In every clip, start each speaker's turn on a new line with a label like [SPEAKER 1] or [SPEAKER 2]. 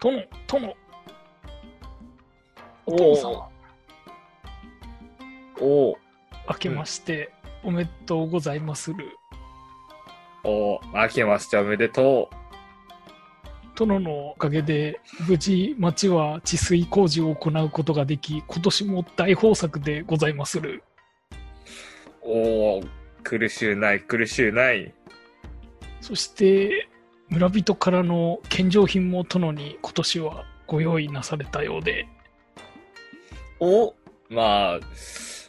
[SPEAKER 1] 殿、殿。
[SPEAKER 2] お
[SPEAKER 1] お父様、
[SPEAKER 2] おお
[SPEAKER 1] 明けまして、おめでとうございまする。
[SPEAKER 2] おー明けましておめでと
[SPEAKER 1] 殿のおかげで、無事町は治水工事を行うことができ、今年も大豊作でございまする。
[SPEAKER 2] う。おお苦しゅうない、苦しゅうない。
[SPEAKER 1] そして、村人からの献上品も殿に今年はご用意なされたようで、
[SPEAKER 2] おまあ、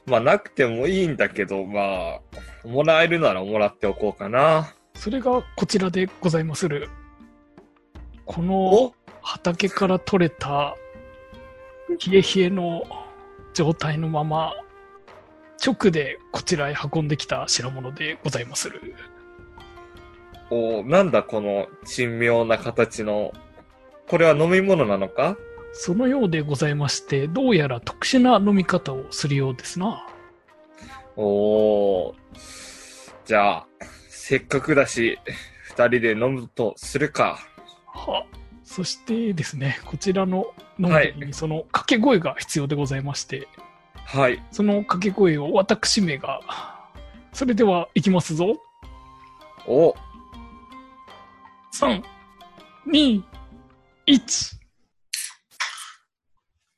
[SPEAKER 2] まあ、なくてもいいんだけど、まあ、もらえるならもらっておこうかな。
[SPEAKER 1] それがこちらでございまする。この
[SPEAKER 2] お
[SPEAKER 1] 畑から取れた冷え冷えの状態のまま直でこちらへ運んできた品物でございまする。
[SPEAKER 2] おなんだこの珍妙な形の。これは飲み物なのか
[SPEAKER 1] そのようでございまして、どうやら特殊な飲み方をするようですな。
[SPEAKER 2] おー。じゃあ、せっかくだし、二人で飲むとするか。
[SPEAKER 1] はそしてですね、こちらの飲む時
[SPEAKER 2] は
[SPEAKER 1] にその掛け声が必要でございまして、
[SPEAKER 2] はい。
[SPEAKER 1] その掛け声を私めが、それでは行きますぞ。
[SPEAKER 2] お
[SPEAKER 1] 3、2、1。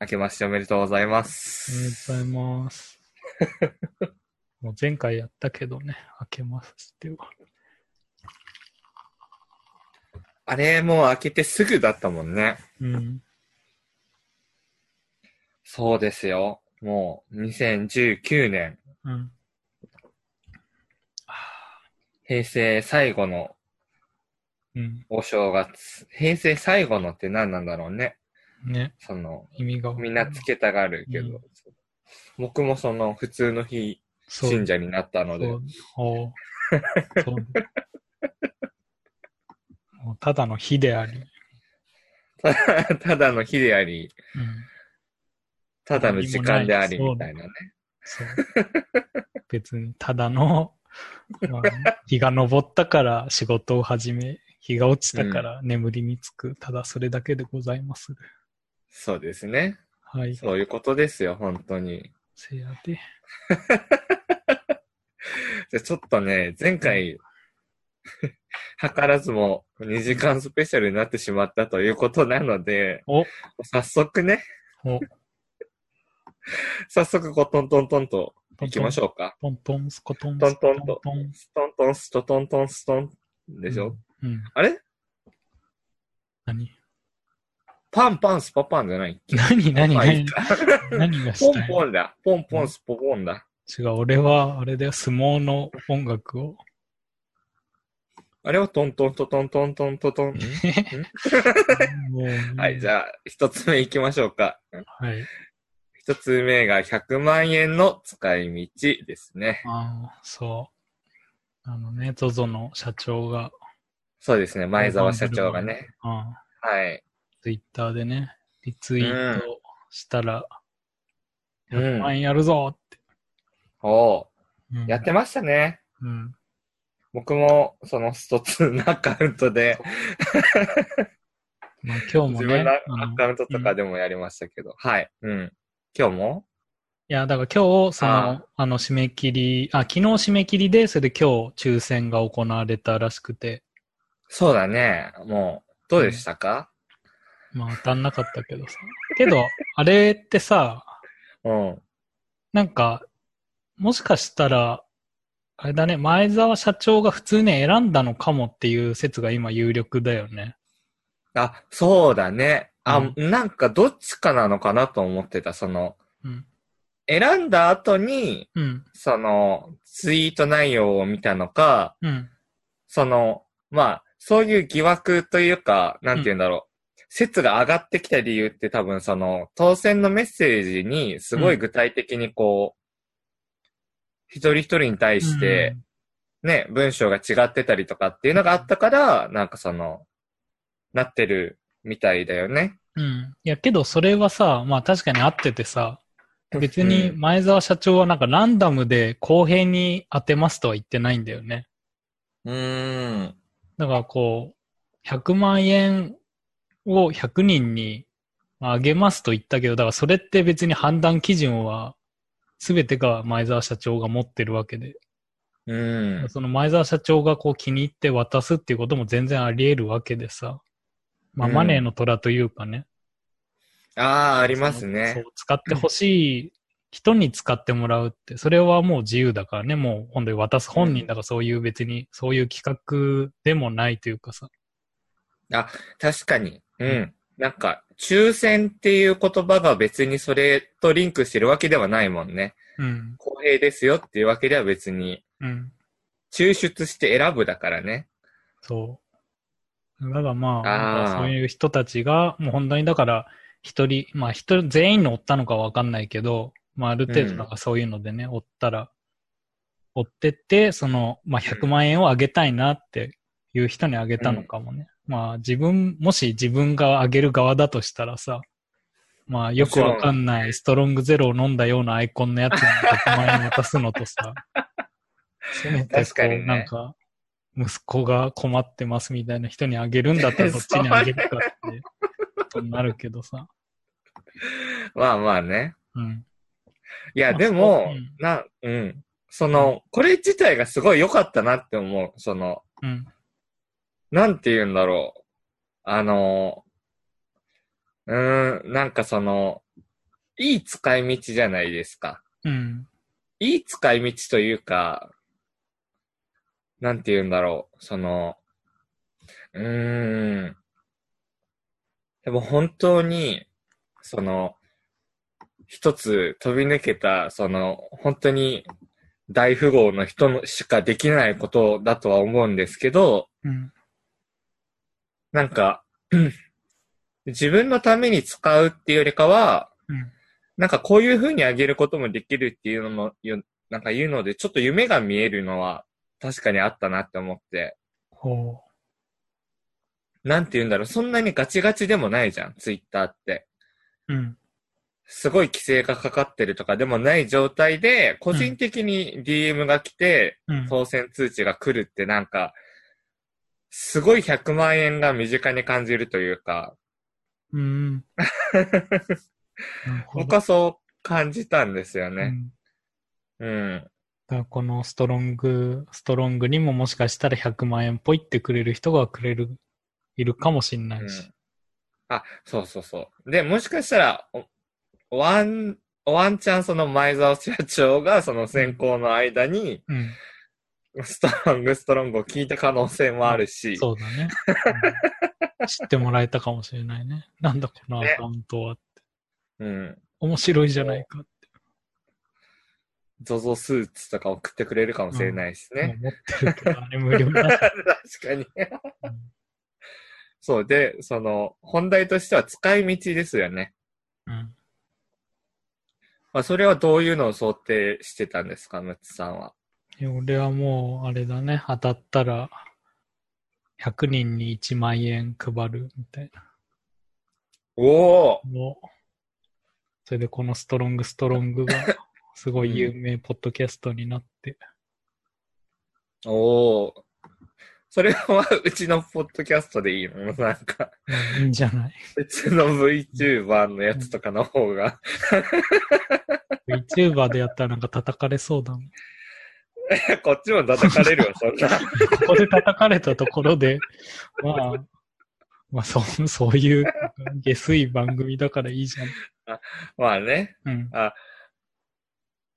[SPEAKER 2] 明けましておめでとうございま
[SPEAKER 1] おめでとうござい
[SPEAKER 2] す。
[SPEAKER 1] ます。もう前回やったけどね、開けますしては。
[SPEAKER 2] あれ、もう開けてすぐだったもんね。
[SPEAKER 1] うん。
[SPEAKER 2] そうですよ。もう、2019年、
[SPEAKER 1] うん。
[SPEAKER 2] 平成最後の
[SPEAKER 1] うん。
[SPEAKER 2] お正月。平成最後のって何なんだろうね。
[SPEAKER 1] ね、
[SPEAKER 2] その、
[SPEAKER 1] 意味が。
[SPEAKER 2] みんなつけたがるけど。
[SPEAKER 1] う
[SPEAKER 2] 僕もその、普通の日、
[SPEAKER 1] そう
[SPEAKER 2] 信者になったので。
[SPEAKER 1] そうああそうもうただの火であり、
[SPEAKER 2] ただ ただの日であり、
[SPEAKER 1] うん
[SPEAKER 2] ただの時間であり、みたいなね。
[SPEAKER 1] そう別にただの、まあ日が昇ったから仕事を始め、日が落ちたから眠りにつく、ただそれだけでございます。
[SPEAKER 2] そうですね。
[SPEAKER 1] はい。
[SPEAKER 2] そういうことですよ、本当に。
[SPEAKER 1] せやで。
[SPEAKER 2] じゃあちょっとね、前回、 図らずも2時間スペシャルになってしまったということなので、
[SPEAKER 1] お
[SPEAKER 2] 早速ね、
[SPEAKER 1] お、
[SPEAKER 2] 早速こうトントントンと行きましょうか。
[SPEAKER 1] トントンスコトン
[SPEAKER 2] トン
[SPEAKER 1] ス
[SPEAKER 2] ト
[SPEAKER 1] コ
[SPEAKER 2] ンと
[SPEAKER 1] トン。
[SPEAKER 2] ストントンストトントンストンでしょ、
[SPEAKER 1] うん。うん。
[SPEAKER 2] あれ
[SPEAKER 1] 何
[SPEAKER 2] パンパンスパパンじゃないっけ
[SPEAKER 1] 何 何
[SPEAKER 2] まあいい
[SPEAKER 1] 何
[SPEAKER 2] か
[SPEAKER 1] 何がし
[SPEAKER 2] ポ
[SPEAKER 1] た
[SPEAKER 2] ン
[SPEAKER 1] い
[SPEAKER 2] ポンだ。ポンポンスポポンだ。
[SPEAKER 1] 違う、俺は、あれだよ、相撲の音楽を。
[SPEAKER 2] あれをトントントトントントントトン。
[SPEAKER 1] もう
[SPEAKER 2] はい、じゃあ、一つ目行きましょうか。
[SPEAKER 1] はい。
[SPEAKER 2] 一つ目が100万円の使い道ですね。
[SPEAKER 1] ああ、そう。あのね、ZOZO の社長が、
[SPEAKER 2] そうですね、前澤社長がね。
[SPEAKER 1] ああ
[SPEAKER 2] はい。
[SPEAKER 1] ツイッターでね、リツイートしたら、
[SPEAKER 2] うん
[SPEAKER 1] 100万円やるぞって。
[SPEAKER 2] おう
[SPEAKER 1] うん
[SPEAKER 2] やってましたね。
[SPEAKER 1] うん。
[SPEAKER 2] 僕も、そのスト2のアカウントで、
[SPEAKER 1] まあ、今日も
[SPEAKER 2] 自
[SPEAKER 1] ね、
[SPEAKER 2] 分の
[SPEAKER 1] あの
[SPEAKER 2] ア
[SPEAKER 1] い
[SPEAKER 2] カウントとかでもやりましたけど、はい。うん。今日も
[SPEAKER 1] や、だから今日、その、
[SPEAKER 2] あ
[SPEAKER 1] あの、締め切り、あ、昨日締め切りで、それで今日、抽選が行われたらしくて、
[SPEAKER 2] そうだね。もう、どうでしたか
[SPEAKER 1] まあ、当たんなかったけどさ。 けど、あれってさ、
[SPEAKER 2] うん。
[SPEAKER 1] なんか、もしかしたら、あれだね、前澤社長が普通ね、選んだのかもっていう説が今有力だよね。
[SPEAKER 2] あ、そうだね。あ、
[SPEAKER 1] う
[SPEAKER 2] なんかどっちかなのかなと思ってた。その、
[SPEAKER 1] うん。
[SPEAKER 2] 選んだ後に、
[SPEAKER 1] うん。
[SPEAKER 2] その、ツイート内容を見たのか、
[SPEAKER 1] うん。
[SPEAKER 2] その、まあ、そういう疑惑というか、なんて言うんだろう。説が上がってきた理由って多分その、当選のメッセージにすごい具体的にこう、一人一人に対して、ね、文章が違ってたりとかっていうのがあったから、なんかその、なってるみたいだよね。
[SPEAKER 1] うん。いや、けどそれはさ、まあ確かに合っててさ、別に
[SPEAKER 2] うん
[SPEAKER 1] 前澤社長はなんかランダムで公平に当てますとは言ってないんだよね。
[SPEAKER 2] うーん。
[SPEAKER 1] だからこう、100万円を100人にまあ上げますと言ったけど、だからそれって別に判断基準は全てが前澤社長が持ってるわけで、
[SPEAKER 2] うん。
[SPEAKER 1] その前澤社長がこう気に入って渡すっていうことも全然あり得るわけでさ、まあ、
[SPEAKER 2] うん
[SPEAKER 1] マネーの虎というかね、
[SPEAKER 2] ああ、あります
[SPEAKER 1] そう
[SPEAKER 2] ね。
[SPEAKER 1] 使ってほしい人に使ってもらうって、それはもう自由だからね、もう本当に渡す本人だからそういう別に、そういう企画でもないというかさ。
[SPEAKER 2] 確かに。うん。なんか、抽選っていう言葉が別にそれとリンクしてるわけではないもんね。
[SPEAKER 1] うん。
[SPEAKER 2] 公平ですよっていうわけでは別に、
[SPEAKER 1] うん。
[SPEAKER 2] 抽出して選ぶだからね。
[SPEAKER 1] そう。だからまあ、な
[SPEAKER 2] あー
[SPEAKER 1] んかそういう人たちが、もう本当にだから、一人、まあ一人、全員の追ったのかわかんないけど、まあある程度なんかそういうのでね、追ったら、追ってって、その、まあ100万円をあげたいなっていう人にあげたのかもね。まあ自分、もし自分があげる側だとしたらさ、まあよくわかんないストロングゼロを飲んだようなアイコンのやつに100万円渡すのと さ、せめてこ
[SPEAKER 2] 確かに
[SPEAKER 1] う、
[SPEAKER 2] ね
[SPEAKER 1] なんか、息子が困ってますみたいな人にあげるんだったらそっちにあげるかって、ことになるけどさ。
[SPEAKER 2] まあまあね。
[SPEAKER 1] うん。
[SPEAKER 2] いや、
[SPEAKER 1] まあ
[SPEAKER 2] で
[SPEAKER 1] そう
[SPEAKER 2] も
[SPEAKER 1] うん、
[SPEAKER 2] な、うん。その、これ自体がすごい良かったなって思う。その、
[SPEAKER 1] うん。
[SPEAKER 2] なんて言うんだろう。あの、うーん、なんかその、いい使い道じゃないですか。
[SPEAKER 1] うん。
[SPEAKER 2] いい使い道というか、なんて言うんだろう。その、うーん。でも本当に、その、一つ飛び抜けた、その、本当に大富豪の人のしかできないことだとは思うんですけど、
[SPEAKER 1] うん。
[SPEAKER 2] なんか、 自分のために使うっていうよりかは、
[SPEAKER 1] うん
[SPEAKER 2] なんかこういう風にあげることもできるっていうのも、よなんか言うので、ちょっと夢が見えるのは確かにあったなって思って。
[SPEAKER 1] ほ
[SPEAKER 2] なんて言うんだろう、そんなにガチガチでもないじゃん、ツイッターって。
[SPEAKER 1] う。うん。
[SPEAKER 2] すごい規制がかかってるとかでもない状態で、個人的に DM が来て、
[SPEAKER 1] うん。
[SPEAKER 2] 当選通知が来るってなんか、すごい100万円が身近に感じるというか、
[SPEAKER 1] うん。なるほ
[SPEAKER 2] 僕
[SPEAKER 1] ど。
[SPEAKER 2] はそう感じたんですよ
[SPEAKER 1] う
[SPEAKER 2] ね。
[SPEAKER 1] ん
[SPEAKER 2] うん。
[SPEAKER 1] だからこのストロング、ストロングにももしかしたら100万円ポイってくれる人がくれる、いるかもしんな
[SPEAKER 2] う
[SPEAKER 1] い
[SPEAKER 2] ん
[SPEAKER 1] し。
[SPEAKER 2] あ、そうそうそう。で、もしかしたら、おワン、ワンチャンその前澤社長がその選考の間に、
[SPEAKER 1] うん。
[SPEAKER 2] ストロングストロングを聞いた可能性もあるし、
[SPEAKER 1] そうだね、うん知ってもらえたかもしれないね。なんだこのアカウントは。
[SPEAKER 2] うん。
[SPEAKER 1] 面白いじゃないか。
[SPEAKER 2] ゾゾスーツとか送ってくれるかもしれないし
[SPEAKER 1] もう
[SPEAKER 2] ね。
[SPEAKER 1] 持ってるけど、あれ無料だ。
[SPEAKER 2] 確かに。そう。で、その、本題としては使い道ですよね。
[SPEAKER 1] うん。
[SPEAKER 2] まあ、それはどういうのを想定してたんですか、ムツさんは。
[SPEAKER 1] いや俺はもう、あれだね、当たったら、100人に1万円配るみたいな。
[SPEAKER 2] おお
[SPEAKER 1] もう、それでこのストロングストロン グが、すごい有名ポッドキャストになって、
[SPEAKER 2] おお。それは、うちのポッドキャストでいいの なんか、
[SPEAKER 1] うんいいんじゃない
[SPEAKER 2] うちの VTuber のやつとかの方が。
[SPEAKER 1] ?VTuber でやったらなんか叩かれそうだもん。
[SPEAKER 2] こっちも叩かれるわ、そんな。
[SPEAKER 1] ここで叩かれたところで、まあ、まあ、そう、そういう、下水番組だからいいじゃん。
[SPEAKER 2] まあね。
[SPEAKER 1] うん。
[SPEAKER 2] あ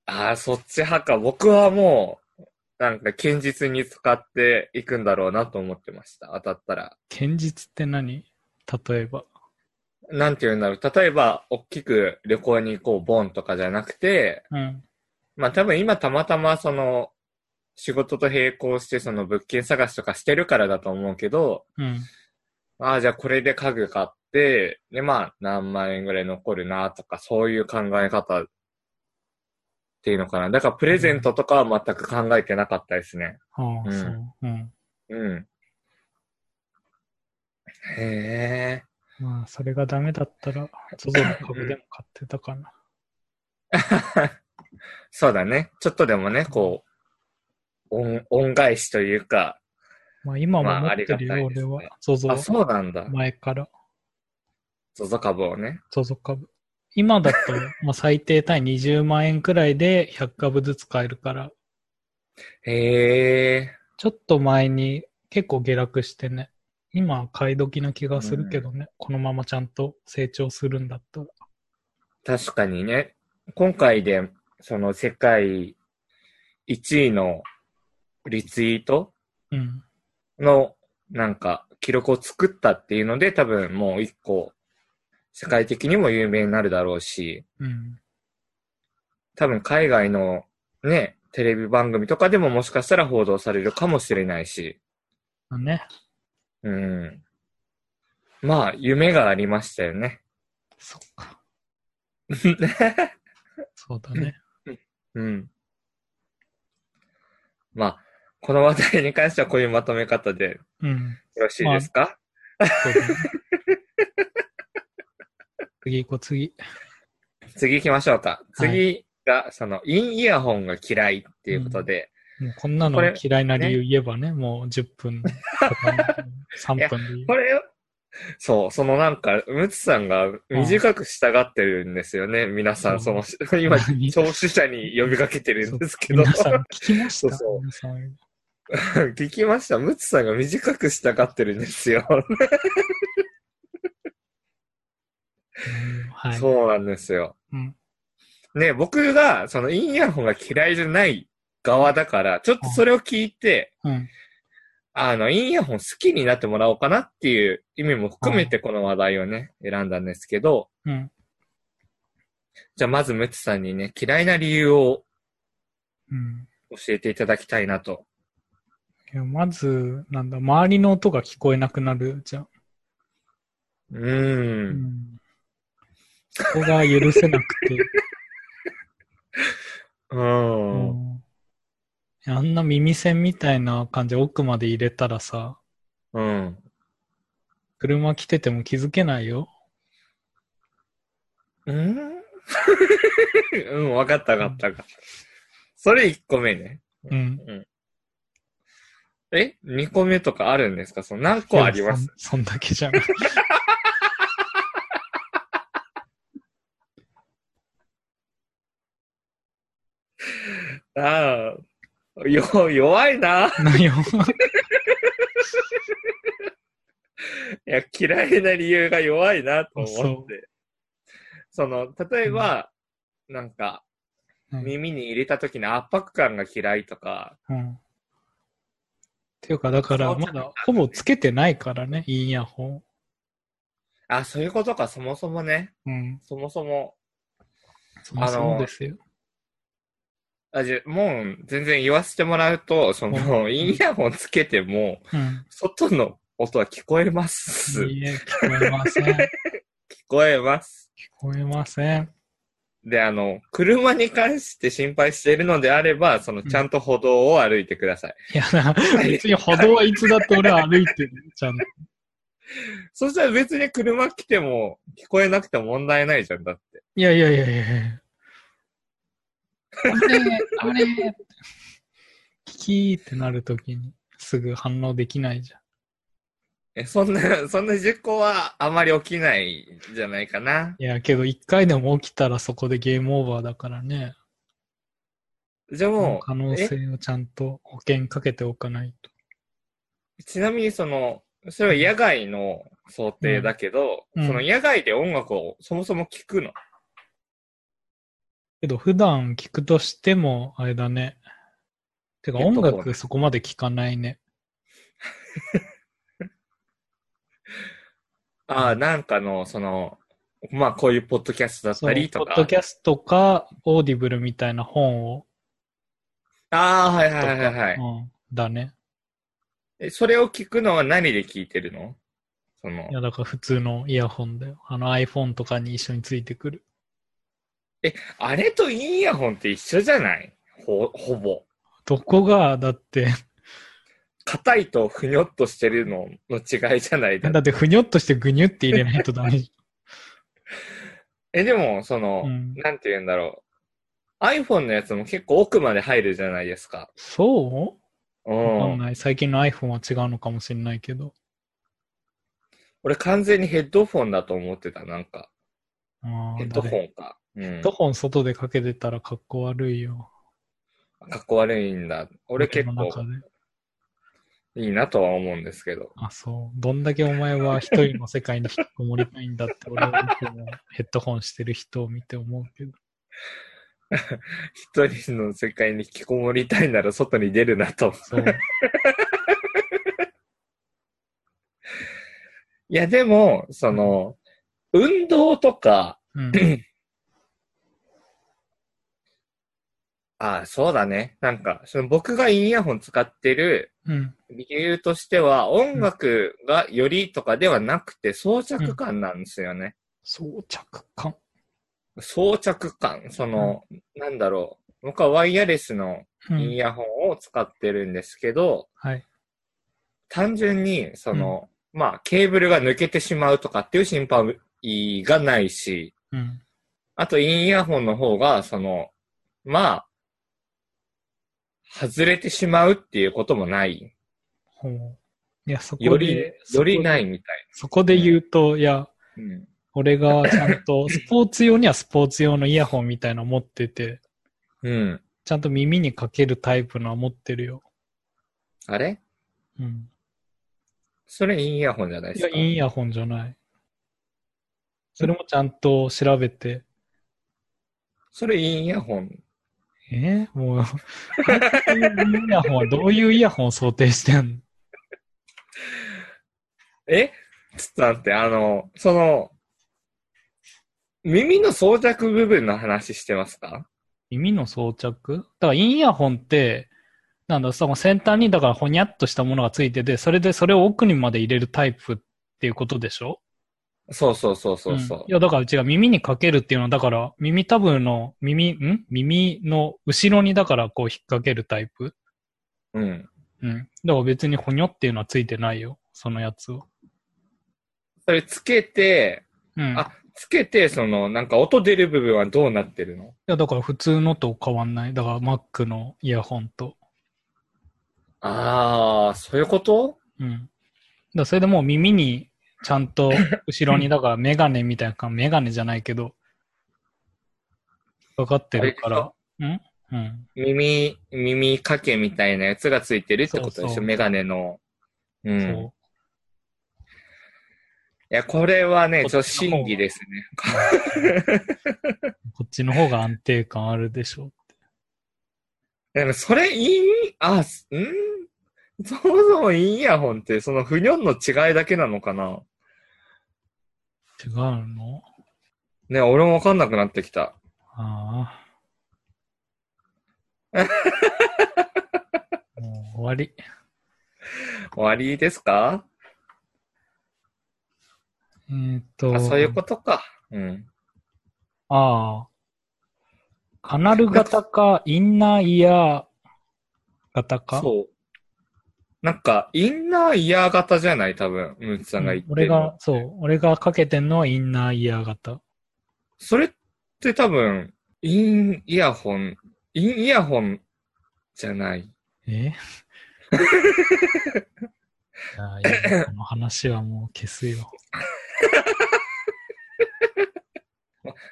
[SPEAKER 2] あ、そっち派か。僕はもう、なんか、堅実に使っていくんだろうなと思ってました。当たったら。
[SPEAKER 1] 堅実って何例えば。
[SPEAKER 2] なんて言うんだろう。例えば、大きく旅行に行こう、ボンとかじゃなくて、
[SPEAKER 1] うん。
[SPEAKER 2] まあ多分今たまたまその、仕事と並行してその物件探しとかしてるからだと思うけど、
[SPEAKER 1] うん。
[SPEAKER 2] ああ、じゃあこれで家具買って、で、まあ、何万円ぐらい残るなとか、そういう考え方っていうのかな。だから、プレゼントとかは全く考えてなかったですね。
[SPEAKER 1] あ
[SPEAKER 2] う
[SPEAKER 1] あ、
[SPEAKER 2] ん
[SPEAKER 1] そう。うん。
[SPEAKER 2] うん。へえ。
[SPEAKER 1] まあ、それがダメだったら、ゾゾの株でも買ってたかな。
[SPEAKER 2] そうだね。ちょっとでもね、こう、恩、恩返しというか、
[SPEAKER 1] まあ、今も
[SPEAKER 2] まあ
[SPEAKER 1] 持ってるよ、
[SPEAKER 2] ありがたいで
[SPEAKER 1] 俺
[SPEAKER 2] すね
[SPEAKER 1] は。ゾゾ
[SPEAKER 2] あ、そうなんだ。
[SPEAKER 1] 前から。
[SPEAKER 2] ゾゾ株をね。
[SPEAKER 1] そうそう株。今だと、 まあ最低単位20万円くらいで100株ずつ買えるから、
[SPEAKER 2] へえ。
[SPEAKER 1] ちょっと前に結構下落してね。今、買い時な気がするけどね。このままちゃんと成長するんだったら。
[SPEAKER 2] 確かにね。今回で、その世界1位のリツイート
[SPEAKER 1] うん。
[SPEAKER 2] の、なんか、記録を作ったっていうので、多分もう一個、世界的にも有名になるだろうし、
[SPEAKER 1] うん。
[SPEAKER 2] 多分海外のね、テレビ番組とかでももしかしたら報道されるかもしれないし、
[SPEAKER 1] だね。
[SPEAKER 2] うん。まあ、夢がありましたよね。
[SPEAKER 1] そっ か。そうだね。
[SPEAKER 2] うん。まあ、この話題に関してはこういうまとめ方でよ
[SPEAKER 1] うん。
[SPEAKER 2] ろしいですか、
[SPEAKER 1] そうだね 次行こう、次。
[SPEAKER 2] 次行きましょうか。
[SPEAKER 1] はい
[SPEAKER 2] 次が、その、インイヤホンが嫌いっていうことで、
[SPEAKER 1] もうこんなの
[SPEAKER 2] これ
[SPEAKER 1] 嫌いな理由言えばね、もう10分と か、3分でいい。
[SPEAKER 2] これを、そう、そのなんか、ムツさんが短く従ってるんですよね、皆さ。
[SPEAKER 1] うんん
[SPEAKER 2] その、 今、
[SPEAKER 1] 何
[SPEAKER 2] 聴取者に呼びかけてるんですけど、
[SPEAKER 1] 皆さん聞きました
[SPEAKER 2] そうそう
[SPEAKER 1] 皆さん
[SPEAKER 2] 聞きました。ムツさんが短く従ってるんですよ。
[SPEAKER 1] うんはい。う。
[SPEAKER 2] そうなんですよ。
[SPEAKER 1] ん。
[SPEAKER 2] ね、僕が、その、インイヤホンが嫌いじゃない側だから、ちょっとそれを聞いて、
[SPEAKER 1] うん。
[SPEAKER 2] あの、インイヤホン好きになってもらおうかなっていう意味も含めてこの話題をね、選んだんですけど、
[SPEAKER 1] うん。
[SPEAKER 2] じゃあまずムツさんにね、嫌いな理由を
[SPEAKER 1] うん。
[SPEAKER 2] 教えていただきたいなと。
[SPEAKER 1] いやまず、なんだ、周りの音が聞こえなくなるじゃん。
[SPEAKER 2] うーん。
[SPEAKER 1] ん。そこが許せなく て。
[SPEAKER 2] う。
[SPEAKER 1] うん
[SPEAKER 2] うん。
[SPEAKER 1] んあんな耳栓みたいな感じで奥まで入れたらさ、車来てても気づけないよ。
[SPEAKER 2] うん、 うん、わかったわかったわかった。それ1個目ね。
[SPEAKER 1] うん。
[SPEAKER 2] え ?2 個目とかあるんですかその何個あります
[SPEAKER 1] いやそんそんだけじゃない。
[SPEAKER 2] ああ。よ、弱いな。い
[SPEAKER 1] 内容は
[SPEAKER 2] や、嫌いな理由が弱いなと思
[SPEAKER 1] そ
[SPEAKER 2] って。その、例えば、なんか、
[SPEAKER 1] うん
[SPEAKER 2] 耳に入れた時の圧迫感が嫌いとか、
[SPEAKER 1] うん。っていうか、だから、
[SPEAKER 2] そう
[SPEAKER 1] まだほぼつけてないからね、インヤホ
[SPEAKER 2] あ、そういうことか、そもそもね。
[SPEAKER 1] ン。うん。
[SPEAKER 2] そもそも。
[SPEAKER 1] そもそもですよ。
[SPEAKER 2] あ、じゃ、もう、全然言わせてもらうと、その、インヤホンつけても、
[SPEAKER 1] うん。
[SPEAKER 2] 外の音は聞こえます。聞
[SPEAKER 1] いいえ、聞こえませ ん。聞
[SPEAKER 2] こえます。
[SPEAKER 1] こえません。
[SPEAKER 2] で、あの、車に関して心配しているのであれば、その、ちゃんと歩道を歩いてください。
[SPEAKER 1] いやな、別に歩道はいつだって俺は歩いてる。ちゃんと。
[SPEAKER 2] そしたら別に車来ても、聞こえなくても問題ないじゃん、だって。
[SPEAKER 1] いやいやいやいやいや。あれ、あれ、聞きーってなるときにすぐ反応できないじゃん。
[SPEAKER 2] え、そんな、 そんな事故はあまり起きないんじゃないかな。
[SPEAKER 1] いや、けど一回でも起きたらそこでゲームオーバーだからね。
[SPEAKER 2] じゃあもう、
[SPEAKER 1] 可能性をちゃんと保険かけておかないと。
[SPEAKER 2] ちなみにその、それは野外の想定だけど、
[SPEAKER 1] うんうん
[SPEAKER 2] その野外で音楽をそもそも聴くの。
[SPEAKER 1] けど普段聞くとしても、あれだね。てか
[SPEAKER 2] ヘッ
[SPEAKER 1] 音
[SPEAKER 2] ドホン
[SPEAKER 1] 楽そこまで聞かないね。
[SPEAKER 2] ああ、なんかの、その、まあこういうポッドキャストだっ
[SPEAKER 1] そ
[SPEAKER 2] た
[SPEAKER 1] う、
[SPEAKER 2] りと
[SPEAKER 1] ポッ
[SPEAKER 2] か
[SPEAKER 1] ド。キャストか、オーディブルみたいな本を、
[SPEAKER 2] ああ、はいはいはいはい。
[SPEAKER 1] うん、だね。
[SPEAKER 2] えそれを聞くのは何で聞いてるのその
[SPEAKER 1] い、や、だから普通のイヤホンだよ。あの iPhone とかに一緒についてくる。
[SPEAKER 2] あれとインヤホンって一緒じゃないほ、ほぼ。
[SPEAKER 1] どこが、だって、
[SPEAKER 2] 硬いとふにょっとしてるのの違いじゃないだ
[SPEAKER 1] だってふにょっとしてぐにゅって入れないとダメじ
[SPEAKER 2] え、でも、その
[SPEAKER 1] ゃん。、うん。
[SPEAKER 2] なんて言うんだろう。iPhone のやつも結構奥まで入るじゃないですか。
[SPEAKER 1] そう
[SPEAKER 2] う
[SPEAKER 1] わかん
[SPEAKER 2] ん。
[SPEAKER 1] ない。最近の iPhone は違うのかもしれないけど。
[SPEAKER 2] 俺完全にヘッドフォンだと思ってた、なんか。
[SPEAKER 1] あ
[SPEAKER 2] ヘ
[SPEAKER 1] ー
[SPEAKER 2] ッド
[SPEAKER 1] 誰
[SPEAKER 2] ホンか。う
[SPEAKER 1] ヘ
[SPEAKER 2] ん
[SPEAKER 1] ッ。ドホン外でかけてたらかっこ悪いよ。
[SPEAKER 2] かっこ悪いんだ。俺結
[SPEAKER 1] の中
[SPEAKER 2] 構
[SPEAKER 1] で
[SPEAKER 2] いいなとは思うんですけど。
[SPEAKER 1] あ、そう。どんだけお前は一人の世界に引きこもりたいんだって俺はいつも ヘッドホンしてる人を見て思うけど。
[SPEAKER 2] 一人の世界に引きこもりたいなら外に出るなと。
[SPEAKER 1] そう。
[SPEAKER 2] いや、でも、その、運動とか、
[SPEAKER 1] うん。
[SPEAKER 2] ああ、そうだね。なんか、その僕がイヤホン使ってる
[SPEAKER 1] うん。
[SPEAKER 2] 理由としては、音楽がよりとかではなくて装着感なんですよね。
[SPEAKER 1] 装着感。
[SPEAKER 2] 装着感。その、なんだろう。僕はワイヤレスの
[SPEAKER 1] う
[SPEAKER 2] イ
[SPEAKER 1] ん。
[SPEAKER 2] ヤホンを使ってるんですけど、
[SPEAKER 1] はい。
[SPEAKER 2] 単純に、その、まあ、ケーブルが抜けてしまうとかっていう心配がないし、
[SPEAKER 1] うん。
[SPEAKER 2] あと、インイヤホンの方が、その、まあ、外れてしまうっていうこともない。
[SPEAKER 1] ほう。いや、そこで、。
[SPEAKER 2] より、よりないいみたい。
[SPEAKER 1] そこで言うと、いや、
[SPEAKER 2] うん。
[SPEAKER 1] 俺がちゃん と、スポーツ用にはスポーツ用のイヤホンみたいなの持ってて、
[SPEAKER 2] うん。
[SPEAKER 1] ちゃんと耳にかけるタイプのは持ってるよ。
[SPEAKER 2] あれ
[SPEAKER 1] うん。
[SPEAKER 2] それインイヤホンじゃないで
[SPEAKER 1] い
[SPEAKER 2] す
[SPEAKER 1] や、
[SPEAKER 2] か。
[SPEAKER 1] インイヤホンじゃない。それもちゃんと調べて、
[SPEAKER 2] それインイヤホン。
[SPEAKER 1] えーもう、インイヤホンはどういうイヤホンを想定してんの
[SPEAKER 2] えちょっと待って、あの、その、耳の装着部分の話してますか
[SPEAKER 1] 耳の装着だからインイヤホンって、なんだ、その先端にだからほにゃっとしたものがついてて、それでそれを奥にまで入れるタイプっていうことでしょ
[SPEAKER 2] そうそうそうそうそう。
[SPEAKER 1] んいや、だから違う、耳にかけるっていうのは、だから耳タブの耳、ん耳の後ろにだからこう引っ掛けるタイプ
[SPEAKER 2] うん。
[SPEAKER 1] うん。だから別にほにょっていうのはついてないよ。そのやつを。
[SPEAKER 2] それつけて、
[SPEAKER 1] うん。
[SPEAKER 2] あ、つけて、その、なんか音出る部分はどうなってるの
[SPEAKER 1] いや、だから普通のと変わんない。だから Mac のイヤホンと。
[SPEAKER 2] ああ、そういうこと
[SPEAKER 1] うん。だからそれでもう耳に、ちゃんと 後ろに、だからメガネみたいなか、メガネじゃないけど、かかってるから。うんうん。
[SPEAKER 2] 耳、耳かけみたいなやつがついてるってことでしょ
[SPEAKER 1] そうそう
[SPEAKER 2] メガネの。うん。い
[SPEAKER 1] そ
[SPEAKER 2] や、これはね、
[SPEAKER 1] こっち
[SPEAKER 2] ちょ
[SPEAKER 1] の
[SPEAKER 2] っと真偽ですね。
[SPEAKER 1] う。こっちの方が安定感あるでしょ。
[SPEAKER 2] でも、それいい、あ、すんそもそもインイヤホンって、その不にょんの違いだけなのかな
[SPEAKER 1] 違うの
[SPEAKER 2] ね、俺もわかんなくなってきた。
[SPEAKER 1] ああ。もう終わり。
[SPEAKER 2] 終わりですか
[SPEAKER 1] えーっと。
[SPEAKER 2] あ、そういうことか。うん。
[SPEAKER 1] ああ。カナル型か、インナーイヤー型か。
[SPEAKER 2] そう。なんか、インナーイヤー型じゃない多分、ムーツさんが言って
[SPEAKER 1] 俺
[SPEAKER 2] るの
[SPEAKER 1] が、そう、俺がかけてんのはインナーイヤー型。
[SPEAKER 2] それって多分、インイヤホン、インイヤホンじゃない。
[SPEAKER 1] えああいやこの話はもう消すよ。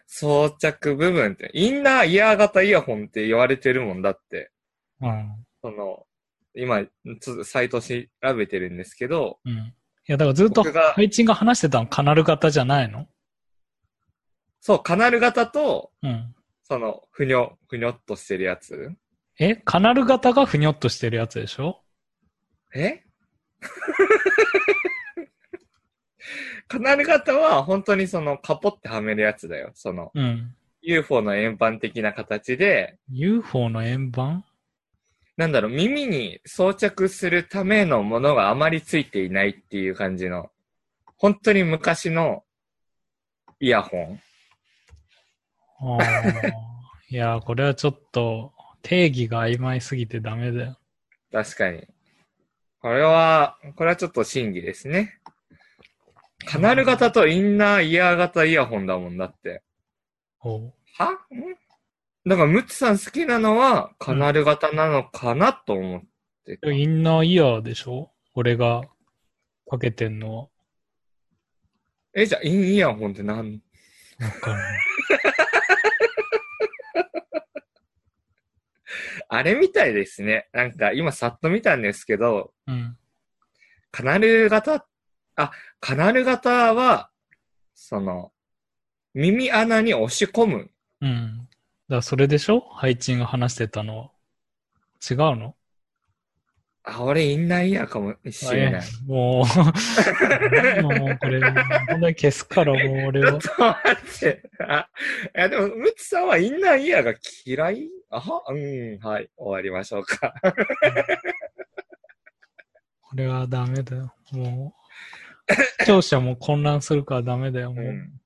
[SPEAKER 2] 装着部分って、インナーイヤー型イヤホンって言われてるもんだって。
[SPEAKER 1] うん。
[SPEAKER 2] その、今、ちょっとサイト調べてるんですけど、
[SPEAKER 1] うん。いや、だからずっと
[SPEAKER 2] 僕が
[SPEAKER 1] 配置が話してたのカナル型じゃないの
[SPEAKER 2] そう、カナル型と、
[SPEAKER 1] うん。
[SPEAKER 2] その、ふにょ、ふにょっとしてるやつ。
[SPEAKER 1] えカナル型がふにょっとしてるやつでしょ
[SPEAKER 2] え カナル型は本当にそのカポってはめるやつだよ。その
[SPEAKER 1] うん。
[SPEAKER 2] UFO の円盤的な形で、
[SPEAKER 1] UFO の円盤
[SPEAKER 2] なんだろう、耳に装着するためのものがあまりついていないっていう感じの、本当に昔のイヤホン。
[SPEAKER 1] あーいや、これはちょっと定義が曖昧すぎてダメだよ。
[SPEAKER 2] 確かに。これは、これはちょっと真偽ですね。カナル型とインナーイヤー型イヤホンだもんだって。
[SPEAKER 1] おう
[SPEAKER 2] はんだから、ムツさん好きなのは、カナル型なのかなと思ってた。
[SPEAKER 1] インナーイヤーでしょ俺がかけてんのは。
[SPEAKER 2] え、じゃあ、インイヤホンって何
[SPEAKER 1] わかんない。
[SPEAKER 2] あれみたいですね。なんか、今、さっと見たんですけど、
[SPEAKER 1] うん。
[SPEAKER 2] カナル型、あ、カナル型は、その、耳穴に押し込む。
[SPEAKER 1] うん。だからそれでしょハイチンが話してたのは。違うの
[SPEAKER 2] あ、俺、インナーイヤーかもし
[SPEAKER 1] あ
[SPEAKER 2] れ
[SPEAKER 1] え
[SPEAKER 2] ない。
[SPEAKER 1] もう、もうこれ、こんだけ消すから、もう俺
[SPEAKER 2] ちょ
[SPEAKER 1] は
[SPEAKER 2] っ。と 待って。あ、いやでも、ムチさんはインナーイヤーが嫌いあはうん、はい。終わりましょうか。
[SPEAKER 1] これはダメだよ。もう、視聴者も混乱するからダメだよ。
[SPEAKER 2] う
[SPEAKER 1] もう、
[SPEAKER 2] ん。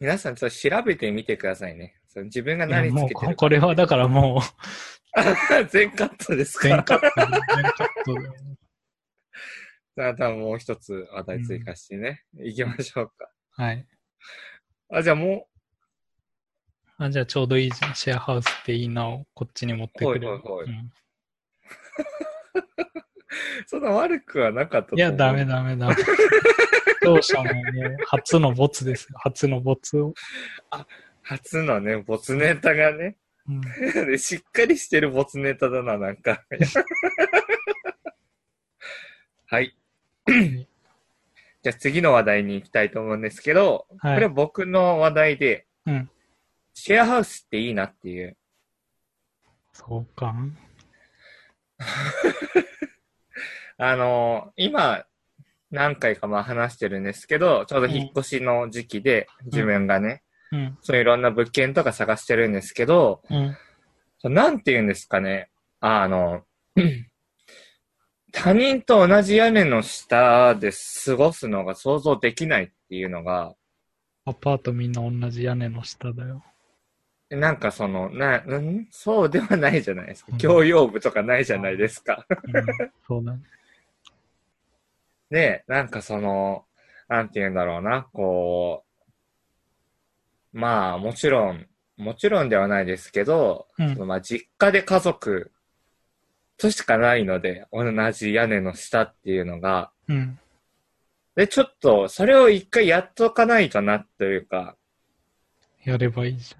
[SPEAKER 2] 皆さん、ちょっと調べてみてくださいね。その自分が
[SPEAKER 1] いや
[SPEAKER 2] 何つ
[SPEAKER 1] もう
[SPEAKER 2] けて
[SPEAKER 1] こ
[SPEAKER 2] る
[SPEAKER 1] こ
[SPEAKER 2] か。
[SPEAKER 1] れはだからもう、
[SPEAKER 2] 全カットです
[SPEAKER 1] 全カ
[SPEAKER 2] か
[SPEAKER 1] ットだよ。全カットだよ。
[SPEAKER 2] ら。ただ、もう一つ話題追加してね。行きましょうか。
[SPEAKER 1] はい。
[SPEAKER 2] あ、じゃあも
[SPEAKER 1] あ、じゃあちょうどいいじゃん。シェアハウスっていいなをこっちに持ってくれる。
[SPEAKER 2] はいはいはい
[SPEAKER 1] うん
[SPEAKER 2] う、そんな悪くはなかったと
[SPEAKER 1] いや、ダメ
[SPEAKER 2] だ。
[SPEAKER 1] ダメ ダメ。視聴者ももう初のボツですよ。初のボツを。
[SPEAKER 2] 初のね、ボツネタがね。
[SPEAKER 1] うん
[SPEAKER 2] でしっかりしてるボツネタだな、なんか。 はい。じゃあ次の話題に行きたいと思うんですけど、
[SPEAKER 1] は
[SPEAKER 2] これ
[SPEAKER 1] い。
[SPEAKER 2] 僕の話題で、
[SPEAKER 1] うん
[SPEAKER 2] シェアハウスっていいなっていう。
[SPEAKER 1] そうか。
[SPEAKER 2] あのー今、何回かまあ話してるんですけど、ちょうど引っ越しの時期で、自分がね、
[SPEAKER 1] うん。
[SPEAKER 2] そういろんな物件とか探してるんですけど、
[SPEAKER 1] うん。
[SPEAKER 2] なんて言うんですかね。あの、 他人と同じ屋根の下で過ごすのが想像できないっていうのが、
[SPEAKER 1] アパートみんな同じ屋根の下だよ。
[SPEAKER 2] なんかその、な、んそうではないじゃないです
[SPEAKER 1] う
[SPEAKER 2] か。
[SPEAKER 1] ん
[SPEAKER 2] 教養部とかないじゃないですか。
[SPEAKER 1] うん、そうだね。
[SPEAKER 2] で、なんかその、なんて言うんだろうな、こう、まあもちろん、もちろんではないですけど、
[SPEAKER 1] うん
[SPEAKER 2] そのまあ実家で家族としかないので、同じ屋根の下っていうのが、
[SPEAKER 1] うん。
[SPEAKER 2] で、ちょっと、それを一回やっとかないとな、というか、
[SPEAKER 1] やればいいじ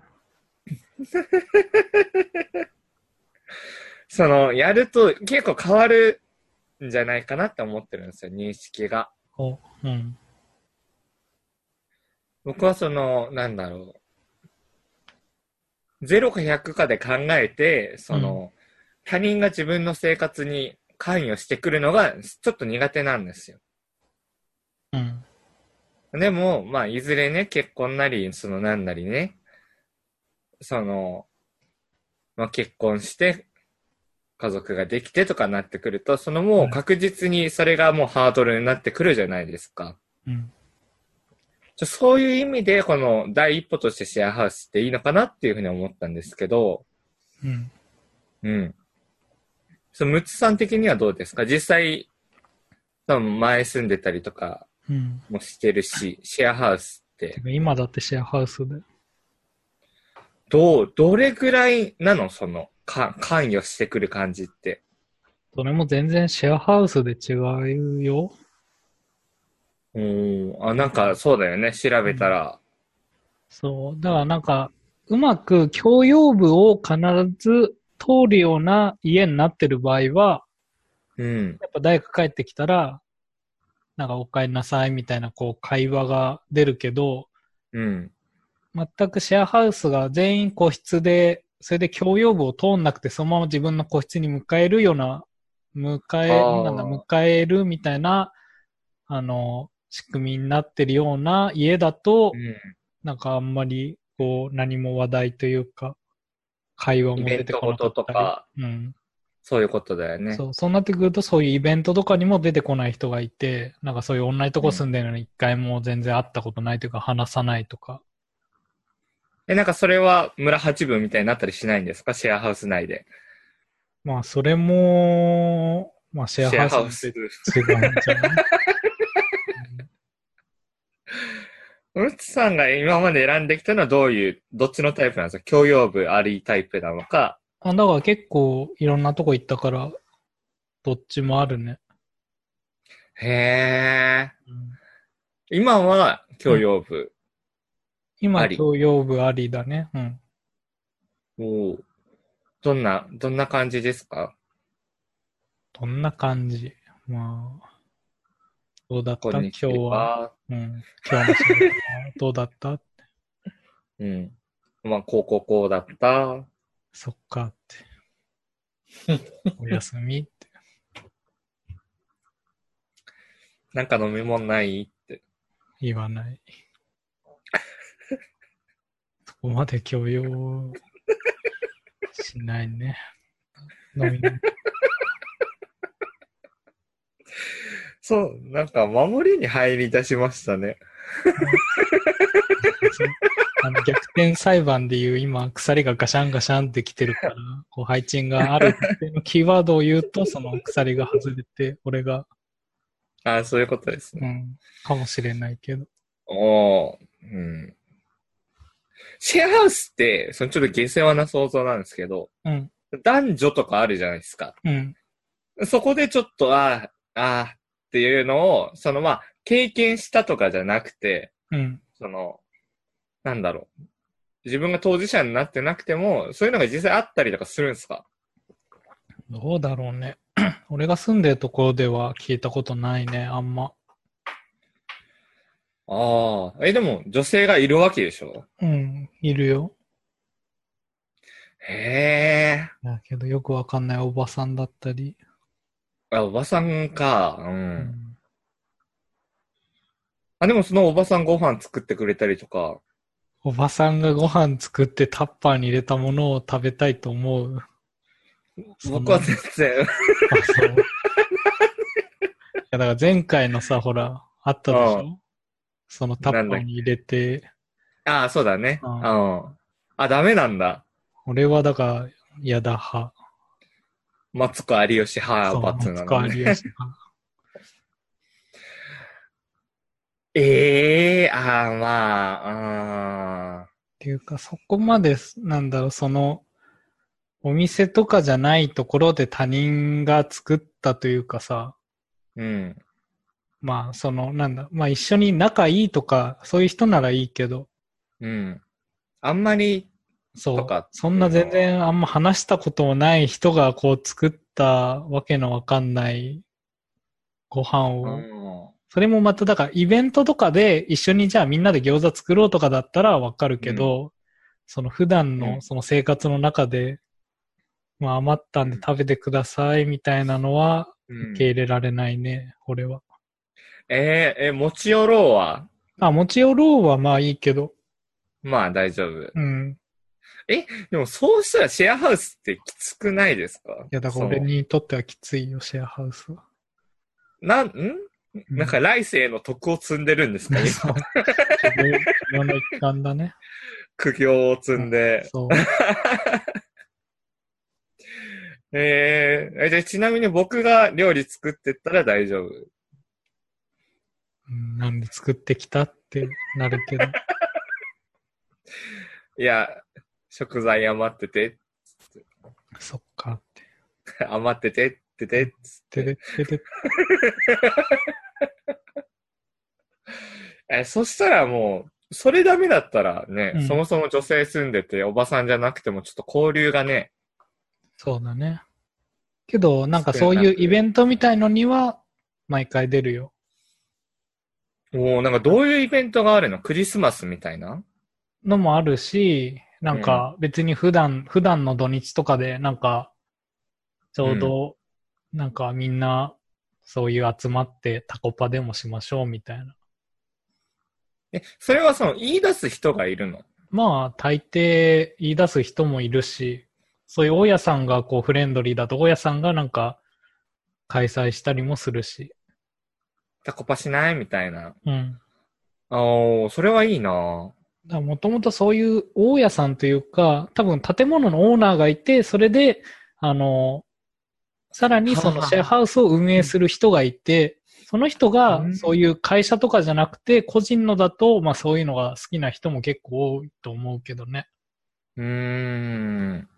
[SPEAKER 2] その、やると結構変わるんじゃないかなって思ってるんですよ、認識が。
[SPEAKER 1] ゃん。お、うん。
[SPEAKER 2] 僕はその、なんだろう。0か100かで考えて、その、他人が自分の生活に関与してくるのが、ちょっと苦手なんですよ。
[SPEAKER 1] うん。
[SPEAKER 2] でも、まあ、いずれね、結婚なり、その、なんなりね、その、まあ、結婚して、家族ができてとかなってくると、そのもう確実にそれがもうハードルになってくるじゃないですか。
[SPEAKER 1] うん。
[SPEAKER 2] ちょそういう意味で、この第一歩としてシェアハウスっていいのかなっていうふうに思ったんですけど、
[SPEAKER 1] うん。
[SPEAKER 2] うん。そのムツさん的にはどうですか実際、多分前住んでたりとか
[SPEAKER 1] うん。
[SPEAKER 2] もしてるし、シェアハウスって
[SPEAKER 1] てか今だってシェアハウスで。
[SPEAKER 2] どう、どれぐらいなのその、か、関与してくる感じって。
[SPEAKER 1] それも全然シェアハウスで違うよ。
[SPEAKER 2] うーん。あ、なんか、そうだよね。調べたら。
[SPEAKER 1] そう。だからなんか、うまく共用部を必ず通るような家になってる場合は、
[SPEAKER 2] うん。
[SPEAKER 1] やっぱ大学帰ってきたら、なんかお帰りなさいみたいなこう会話が出るけど、
[SPEAKER 2] うん。
[SPEAKER 1] 全くシェアハウスが全員個室で、それで共用部を通んなくて、そのまま自分の個室に迎えるような、迎え、
[SPEAKER 2] あー
[SPEAKER 1] なんだ、迎えるみたいな、あの、仕組みになってるような家だと、なんかあんまり、こう、何も話題というか、会話
[SPEAKER 2] うん。イ
[SPEAKER 1] も
[SPEAKER 2] ベ
[SPEAKER 1] 出
[SPEAKER 2] ン
[SPEAKER 1] て
[SPEAKER 2] ト
[SPEAKER 1] こ
[SPEAKER 2] ご
[SPEAKER 1] なか
[SPEAKER 2] と
[SPEAKER 1] った
[SPEAKER 2] と
[SPEAKER 1] り。
[SPEAKER 2] か、
[SPEAKER 1] うん。
[SPEAKER 2] そういうことだよね。
[SPEAKER 1] そう、そうなってくると、そういうイベントとかにも出てこない人がいて、なんかそういう同じとこ住んでるのに一回も全然会ったことないというか、話さないとか。
[SPEAKER 2] え、なんかそれは村八分みたいになったりしないんですかシェアハウス内で。
[SPEAKER 1] まあ、それも、まあ、シ
[SPEAKER 2] シ
[SPEAKER 1] ェ
[SPEAKER 2] ェ
[SPEAKER 1] ア
[SPEAKER 2] ア
[SPEAKER 1] ハ
[SPEAKER 2] ハ
[SPEAKER 1] ウ
[SPEAKER 2] ウ
[SPEAKER 1] ス
[SPEAKER 2] ス
[SPEAKER 1] で。違うんじゃ ない
[SPEAKER 2] うつさんが今まで選んできたのはどういう、どっちのタイプなんですか共用部ありタイプなのか。
[SPEAKER 1] あだから結構いろんなとこ行ったから、どっちもあるね。
[SPEAKER 2] へー。今は教養部。あ
[SPEAKER 1] 今、
[SPEAKER 2] り
[SPEAKER 1] 教養部ありだね。うん。
[SPEAKER 2] おーどんな、どんな感じですか
[SPEAKER 1] どんな感じまあ、どうだった
[SPEAKER 2] こん
[SPEAKER 1] 今
[SPEAKER 2] に
[SPEAKER 1] 日
[SPEAKER 2] ち
[SPEAKER 1] は。
[SPEAKER 2] は。
[SPEAKER 1] うん。今日の仕事はどうだった
[SPEAKER 2] うん。まあ、こうこうこうだった。
[SPEAKER 1] そっか って。おやすみって。
[SPEAKER 2] なんか飲み物ないって。
[SPEAKER 1] 言わない。そこまで強要しないね。飲みな
[SPEAKER 2] そう、なんか守りに入り出しましたね。
[SPEAKER 1] あの逆転裁判でいう今、鎖がガシャンガシャンってきてるから、こう配置があるっていうキーワードを言うと、その鎖が外れて、俺が、
[SPEAKER 2] ああ、そういうことです
[SPEAKER 1] う
[SPEAKER 2] ね。
[SPEAKER 1] ん、かもしれないけど。
[SPEAKER 2] おーうん。シェアハウスって、そのちょっと下世話な想像なんですけど、
[SPEAKER 1] うん、
[SPEAKER 2] 男女とかあるじゃないですか。
[SPEAKER 1] うん、
[SPEAKER 2] そこでちょっと、ああ、ああ、っていうのを、そのまあ、経験したとかじゃなくて、
[SPEAKER 1] うん、
[SPEAKER 2] その、なんだろう。自分が当事者になってなくても、そういうのが実際あったりとかするんですか
[SPEAKER 1] どうだろうね。 俺が住んでるところでは聞いたことないね、あんま。
[SPEAKER 2] ああ。え、でも、女性がいるわけでしょ
[SPEAKER 1] うん、いるよ。
[SPEAKER 2] へえ。
[SPEAKER 1] だけどよくわかんないおばさんだったり。
[SPEAKER 2] あ、おばさんか。う。
[SPEAKER 1] うんん
[SPEAKER 2] あ、でもそのおばさんご飯作ってくれたりとか。
[SPEAKER 1] おばさんがご飯作ってタッパーに入れたものを食べたいと思う。そん
[SPEAKER 2] 僕
[SPEAKER 1] な
[SPEAKER 2] は全 然。
[SPEAKER 1] あそういやだから前回のさ、ほら、あったでし
[SPEAKER 2] う
[SPEAKER 1] ょそのタッパーに入れて、
[SPEAKER 2] ああ、そうだね。
[SPEAKER 1] う
[SPEAKER 2] うんん。あ、ダメなんだ。
[SPEAKER 1] 俺はだから、嫌だ派。
[SPEAKER 2] マツコ有吉ハーバツな
[SPEAKER 1] 松川
[SPEAKER 2] の、
[SPEAKER 1] 有
[SPEAKER 2] ね。
[SPEAKER 1] 吉派
[SPEAKER 2] ええああ、まあ、あ
[SPEAKER 1] っていうか、そこまで、なんだろう、その、お店とかじゃないところで他人が作ったというかさ、
[SPEAKER 2] ーうん。
[SPEAKER 1] まあ、その、なんだ、まあ一緒に仲いいとか、そういう人ならいいけど、
[SPEAKER 2] うん。あんまり、
[SPEAKER 1] そう
[SPEAKER 2] とか。
[SPEAKER 1] そんな全然あんま話したこともない人がこう作ったわけのわかんないご飯
[SPEAKER 2] う
[SPEAKER 1] を。
[SPEAKER 2] ん。
[SPEAKER 1] それもまただからイベントとかで一緒にじゃあみんなで餃子作ろうとかだったらわかるけど、その普段
[SPEAKER 2] う
[SPEAKER 1] の
[SPEAKER 2] ん
[SPEAKER 1] その生活の中で、まあ余ったんで食べてくださいみたいなのは
[SPEAKER 2] うん
[SPEAKER 1] 受け入れられないね、これは。
[SPEAKER 2] えー、え、持ち寄ろうは、
[SPEAKER 1] あ、持ち寄ろうはまあいいけど、
[SPEAKER 2] まあ大丈夫。
[SPEAKER 1] うん。
[SPEAKER 2] でもそうしたらシェアハウスってきつくないですかい
[SPEAKER 1] いやだから俺にとってはきついよ、シェアハウスは。
[SPEAKER 2] なん、んなんか来世への徳を積んでるんですか、今
[SPEAKER 1] そう。いろんな一環だ ね。
[SPEAKER 2] 苦行を積んで。
[SPEAKER 1] そう。
[SPEAKER 2] えー、えじゃあちなみに僕が料理作ってったら大丈夫。
[SPEAKER 1] うんなんで作ってきたってなるけど。
[SPEAKER 2] いや、食材余ってて、
[SPEAKER 1] そっ かって。
[SPEAKER 2] 余ってて、ってて、つって
[SPEAKER 1] でででで
[SPEAKER 2] え、そしたらもう、それダメだったらね、
[SPEAKER 1] うん
[SPEAKER 2] そもそも女性住んでて、おばさんじゃなくても、ちょっと交流がね、
[SPEAKER 1] そうだね。けど、なんかそういうイベントみたいのには、毎回出るよ。
[SPEAKER 2] もうなんかどういうイベントがあるのクリスマスみたいな
[SPEAKER 1] のもあるし、なんか別に普段、普段の土日とかで、なんか、ちょうど、なんかみんな、そういう集まってタコパでもしましょうみたいな。
[SPEAKER 2] え、それはその、言い出す人がいるの
[SPEAKER 1] まあ、大抵言い出す人もいるし、そういう大家さんがこうフレンドリーだと、大家さんがなんか開催したりもするし。
[SPEAKER 2] タコパしないみたいな。
[SPEAKER 1] うん。
[SPEAKER 2] おー、それはいいな
[SPEAKER 1] だからもともとそういう大家さんというか、多分建物のオーナーがいて、それで、あの、さらにその
[SPEAKER 2] はあ
[SPEAKER 1] シェアハウスを運営する人がいて、その人が
[SPEAKER 2] うん
[SPEAKER 1] そういう会社とかじゃなくて、個人のだと、まあそういうのが好きな人も結構多いと思うけどね。
[SPEAKER 2] うーん。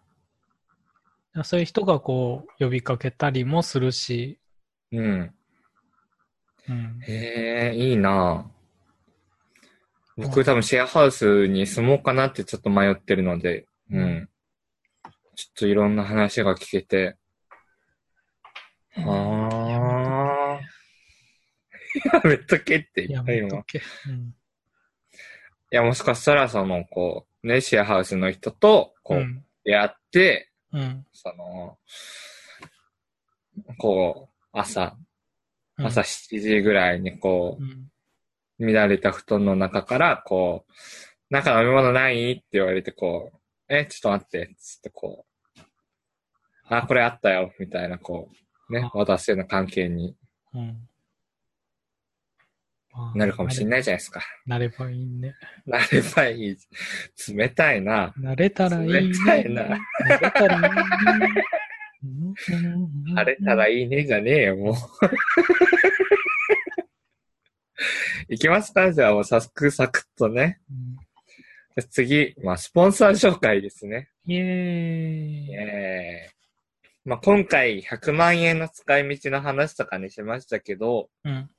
[SPEAKER 1] そういう人がこう呼びかけたりもするし、
[SPEAKER 2] うん。
[SPEAKER 1] うん、
[SPEAKER 2] へえ、いいな僕多分シェアハウスに住もうかなってちょっと迷ってるので、うん。ちょっといろんな話が聞けて。ああ。や めとけって言
[SPEAKER 1] や
[SPEAKER 2] った
[SPEAKER 1] め
[SPEAKER 2] 今。
[SPEAKER 1] と
[SPEAKER 2] い
[SPEAKER 1] け。うん
[SPEAKER 2] や、もしかしたら、その、こう、ね、シェアハウスの人と、こ
[SPEAKER 1] う
[SPEAKER 2] う、
[SPEAKER 1] ん。
[SPEAKER 2] やって、
[SPEAKER 1] うん。
[SPEAKER 2] その、こう、朝、
[SPEAKER 1] うん
[SPEAKER 2] 朝7時ぐらいにこ
[SPEAKER 1] うん。
[SPEAKER 2] う、乱れた布団の中から、こう、なんか飲み物ないって言われて、こう、え、ちょっと待って、つってこう、あ、これあったよ、みたいな、こう、ね、私への関係に
[SPEAKER 1] うん。まあ
[SPEAKER 2] なるかもしれないじゃないですか。
[SPEAKER 1] なればいいね。
[SPEAKER 2] なればいい。冷たいな。
[SPEAKER 1] なれたらいいね。
[SPEAKER 2] 冷たいな
[SPEAKER 1] なれたらいいね。うん
[SPEAKER 2] 晴れたらいいねじゃねえ よ、もう。いきますかじゃあもうサクサクっとね。
[SPEAKER 1] うん
[SPEAKER 2] 次、まあ、スポンサー紹介ですね。
[SPEAKER 1] イエーイ。
[SPEAKER 2] えーまあ、今回100万円の使い道の話とかにしましたけど、
[SPEAKER 1] うん。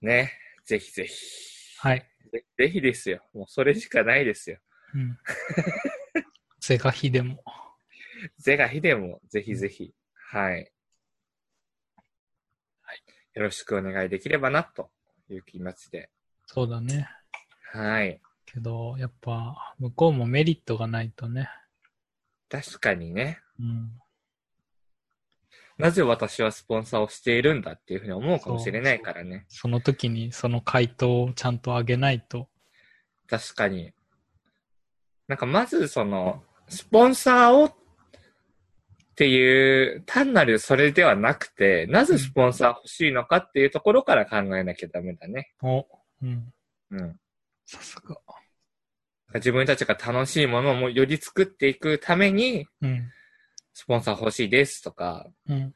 [SPEAKER 2] ね、ぜひぜひ。
[SPEAKER 1] はい。
[SPEAKER 2] ぜぜひですよ。もうそれしかないですよ。
[SPEAKER 1] うん。 是が非でも。
[SPEAKER 2] ゼガヒでもぜひぜひ。はい。はい。よろしくお願いできればな、という気持ちで。
[SPEAKER 1] そうだね。
[SPEAKER 2] はい。
[SPEAKER 1] けど、やっぱ、向こうもメリットがないとね。
[SPEAKER 2] 確かにね。
[SPEAKER 1] うん。
[SPEAKER 2] なぜ私はスポンサーをしているんだっていうふうに思うかもしれないからね。
[SPEAKER 1] その時にその回答をちゃんとあげないと。
[SPEAKER 2] 確かに。なんかまずその、スポンサーをっていう、単なるそれではなくて、なぜスポンサー欲しいのかっていうところから考えなきゃダメだね。
[SPEAKER 1] お、うん。
[SPEAKER 2] うん。
[SPEAKER 1] さすが。
[SPEAKER 2] 自分たちが楽しいものをより作っていくために、
[SPEAKER 1] うん。
[SPEAKER 2] スポンサー欲しいですとか、
[SPEAKER 1] うん。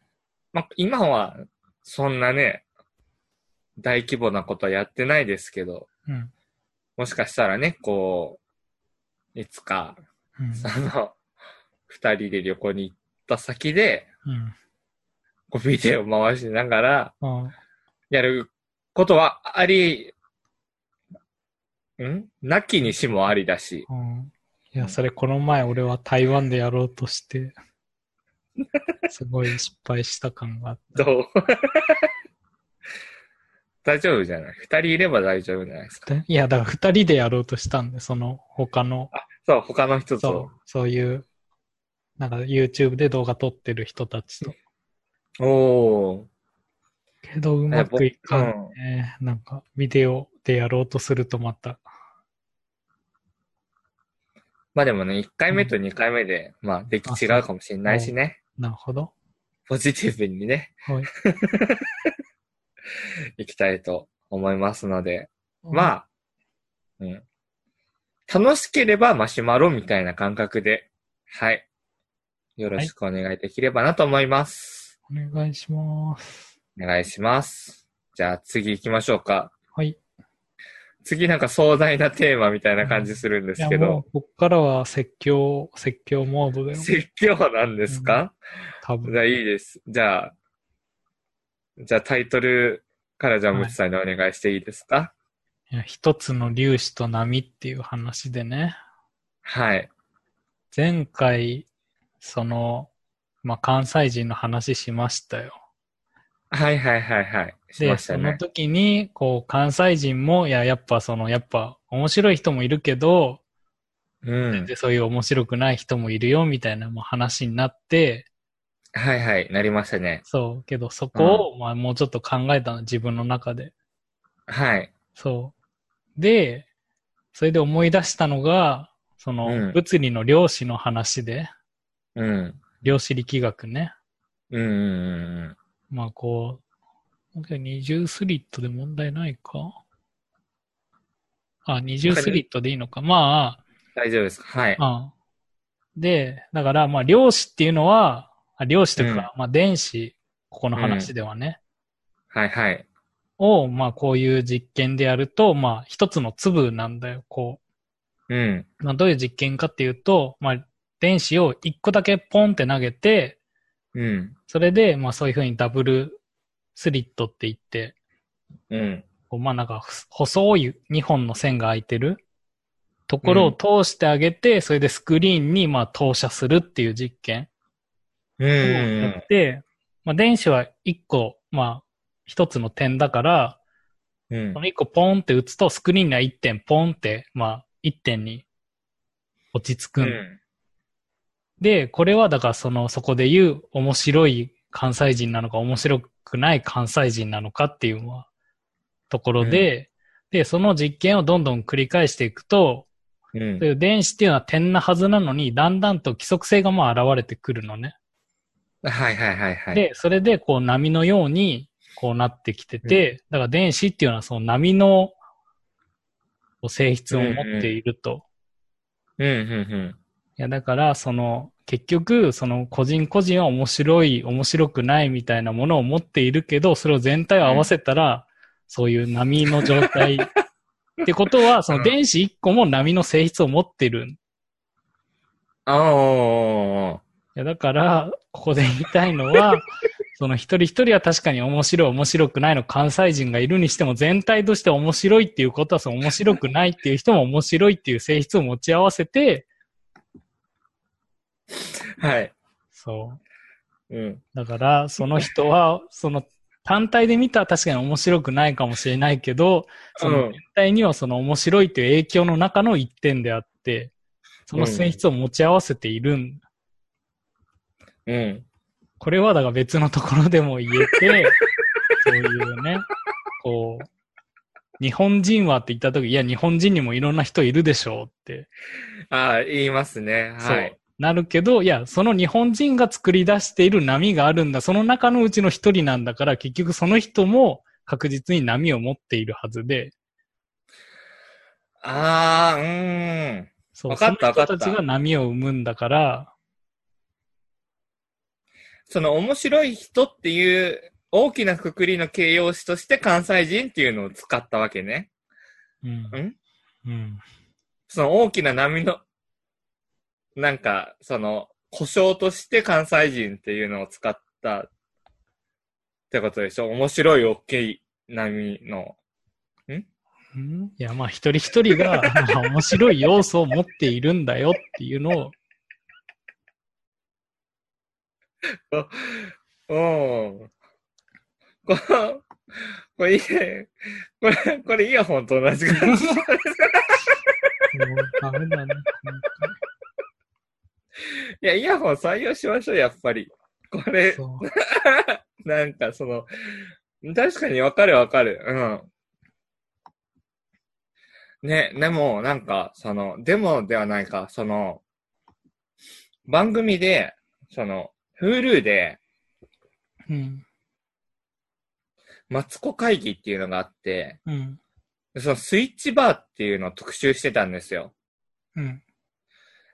[SPEAKER 2] まあ、今はそんなね、大規模なことはやってないですけど、
[SPEAKER 1] うん。
[SPEAKER 2] もしかしたらね、こう、いつか、
[SPEAKER 1] うん。
[SPEAKER 2] その、二人で旅行に行った先で、
[SPEAKER 1] うん。
[SPEAKER 2] こうビデオ回しながら、
[SPEAKER 1] あ
[SPEAKER 2] やることはあり、んなきにしもありだし、
[SPEAKER 1] うん。いや、それこの前俺は台湾でやろうと して、すごい失敗した感があった。
[SPEAKER 2] どう 大丈夫じゃない二人いれば大丈夫じゃないですか。
[SPEAKER 1] でいや、だから二人でやろうとしたんで、その他の
[SPEAKER 2] そう、他の人
[SPEAKER 1] そ
[SPEAKER 2] と。
[SPEAKER 1] う、そういう、なんか YouTube で動画撮ってる人たちと。
[SPEAKER 2] おー。
[SPEAKER 1] けどうまくいかんね。なんかビデオでやろうとするとまた。
[SPEAKER 2] まあでもね、1回目と2回目で、まあ、出来違うかもしれないしね。
[SPEAKER 1] なるほど。
[SPEAKER 2] ポジティブにね、
[SPEAKER 1] はい。
[SPEAKER 2] 行きたいと思いますので。まあ、うん。楽しければマシュマロみたいな感覚で、はい。よろしくお願いできればなと思います。
[SPEAKER 1] お願いします。
[SPEAKER 2] お願いします。じゃあ次行きましょうか。
[SPEAKER 1] はい。
[SPEAKER 2] 次なんか壮大なテーマみたいな感じするんで
[SPEAKER 1] い
[SPEAKER 2] す
[SPEAKER 1] や
[SPEAKER 2] け
[SPEAKER 1] も
[SPEAKER 2] ど、
[SPEAKER 1] う、こっからは説教、説教モードだよ。
[SPEAKER 2] 説教なんですか、
[SPEAKER 1] 多分。
[SPEAKER 2] じゃあいいです。じゃあ、じゃあタイトルからじゃあ
[SPEAKER 1] はい
[SPEAKER 2] ムツさんにお願いしていいですか
[SPEAKER 1] いや一つの粒子と波っていう話でね。
[SPEAKER 2] はい。
[SPEAKER 1] 前回、その、まあ、関西人の話しましたよ。
[SPEAKER 2] はいはいはいはい。し
[SPEAKER 1] で、
[SPEAKER 2] ました
[SPEAKER 1] その
[SPEAKER 2] ね。
[SPEAKER 1] 時に、こう、関西人も、いや、やっぱその、やっぱ、面白い人もいるけど、
[SPEAKER 2] うん。
[SPEAKER 1] で、そういう面白くない人もいるよ、みたいなもう話になって、
[SPEAKER 2] はいはい。なりましたね。
[SPEAKER 1] そう、けどそこを、まあ、もうちょっと考えたの、自分の中で。
[SPEAKER 2] はい。
[SPEAKER 1] そう。で、それで思い出したのが、そ
[SPEAKER 2] うん
[SPEAKER 1] の、物理の量子の話で、
[SPEAKER 2] うん。
[SPEAKER 1] 量子力学ね。
[SPEAKER 2] うんうんうん
[SPEAKER 1] まあ、こう、二重スリットで問題ないかあ、二重スリットでいいのか。まあ、
[SPEAKER 2] 大丈夫ですかはい。
[SPEAKER 1] うん。で、だから、まあ、量子っていうのは、あ量子というか、まあ、電子、ここの話ではね、
[SPEAKER 2] はいはい。
[SPEAKER 1] を、まあ、こういう実験でやると、まあ、一つの粒なんだよ、こ
[SPEAKER 2] うん。
[SPEAKER 1] う。まあ、どういう実験かっていうと、まあ、電子を一個だけポンって投げて、
[SPEAKER 2] うん。
[SPEAKER 1] それで、まあ、そういうふうにダブルスリットって言って、
[SPEAKER 2] うん。
[SPEAKER 1] こうまあなんか、ふ細い2本の線が空いてるところを通してあげて、それでスクリーンにまあ投射するっていう実験
[SPEAKER 2] うんう
[SPEAKER 1] を
[SPEAKER 2] んう
[SPEAKER 1] や
[SPEAKER 2] ん
[SPEAKER 1] っ。て、まあ電子は1個、まあ1つの点だから、
[SPEAKER 2] うん
[SPEAKER 1] この1個ポンって打つと、スクリーンが1点ポンって、まあ1点に落ち着くんで、これはだからその、そこで言う面白い関西人なのか面白くない関西人なのかっていうのはところで、で、その実験をどんどん繰り返していくと、
[SPEAKER 2] うん
[SPEAKER 1] そういう電子っていうのは点なはずなのに、だんだんと規則性がまあ現れてくるのね。
[SPEAKER 2] はいはいはいはい。
[SPEAKER 1] で、それでこう波のようにこうなってきてて、だから電子っていうのはその波のこう性質を持っていると。
[SPEAKER 2] うんうんうん。
[SPEAKER 1] いや、だから、その、結局、その、個人個人は面白い、面白くないみたいなものを持っているけど、それを全体を合わせたら、そういう波の状態。ってことは、その電子1個も波の性質を持ってる。い
[SPEAKER 2] ああ。
[SPEAKER 1] や、だから、ここで言いたいのは、その一人一人は確かに面白い、面白くないの関西人がいるにしても、全体として面白いっていうことは、その面白くないっていう人も面白いっていう性質を持ち合わせて、
[SPEAKER 2] はい。
[SPEAKER 1] そう、
[SPEAKER 2] うん。
[SPEAKER 1] だから、その人 は、その単体で見たら確かに面白くないかもしれないけど、その
[SPEAKER 2] うん
[SPEAKER 1] 全体にはその面白いという影響の中の一点であって、その性質を持ち合わせているん。
[SPEAKER 2] うん。
[SPEAKER 1] これはだから別のところでも言え て、そういうね、こう、日本人はって言った時、いや、日本人にもいろんな人いるでしょうって、
[SPEAKER 2] ああ、言いますね。
[SPEAKER 1] そう
[SPEAKER 2] はい。
[SPEAKER 1] なるけど、いや、その日本人が作り出している波があるんだ。その中のうちの一人なんだから、結局その人も確実に波を持っているはずで、
[SPEAKER 2] ああ、うーん。
[SPEAKER 1] そう、
[SPEAKER 2] わかった
[SPEAKER 1] その
[SPEAKER 2] わか
[SPEAKER 1] 人
[SPEAKER 2] ったた
[SPEAKER 1] ちが波を生むんだから、
[SPEAKER 2] その面白い人っていう大きなくくりの形容詞として関西人っていうのを使ったわけね。
[SPEAKER 1] うん。
[SPEAKER 2] ん
[SPEAKER 1] うん。
[SPEAKER 2] その大きな波の、なんか、その、故障として関西人っていうのを使ったってことでしょ面白い大きい波の。
[SPEAKER 1] うんいや、まあ、一人一人が、 まあ面白い要素を持っているんだよっていうのを、
[SPEAKER 2] うん。この、これいいね、これ、これイヤホンと同じ感じ。
[SPEAKER 1] もうダメだね。
[SPEAKER 2] いや、イヤホン採用しましょう、やっぱり。これ、
[SPEAKER 1] そう
[SPEAKER 2] なんかその、確かにわかるわかる。うん。ね、でも、なんか、その、でもではないか、その、番組で、その、Hulu で、
[SPEAKER 1] うん。
[SPEAKER 2] マツコ会議っていうのがあって、
[SPEAKER 1] うん。
[SPEAKER 2] そのスイッチバーっていうのを特集してたんですよ。
[SPEAKER 1] うん。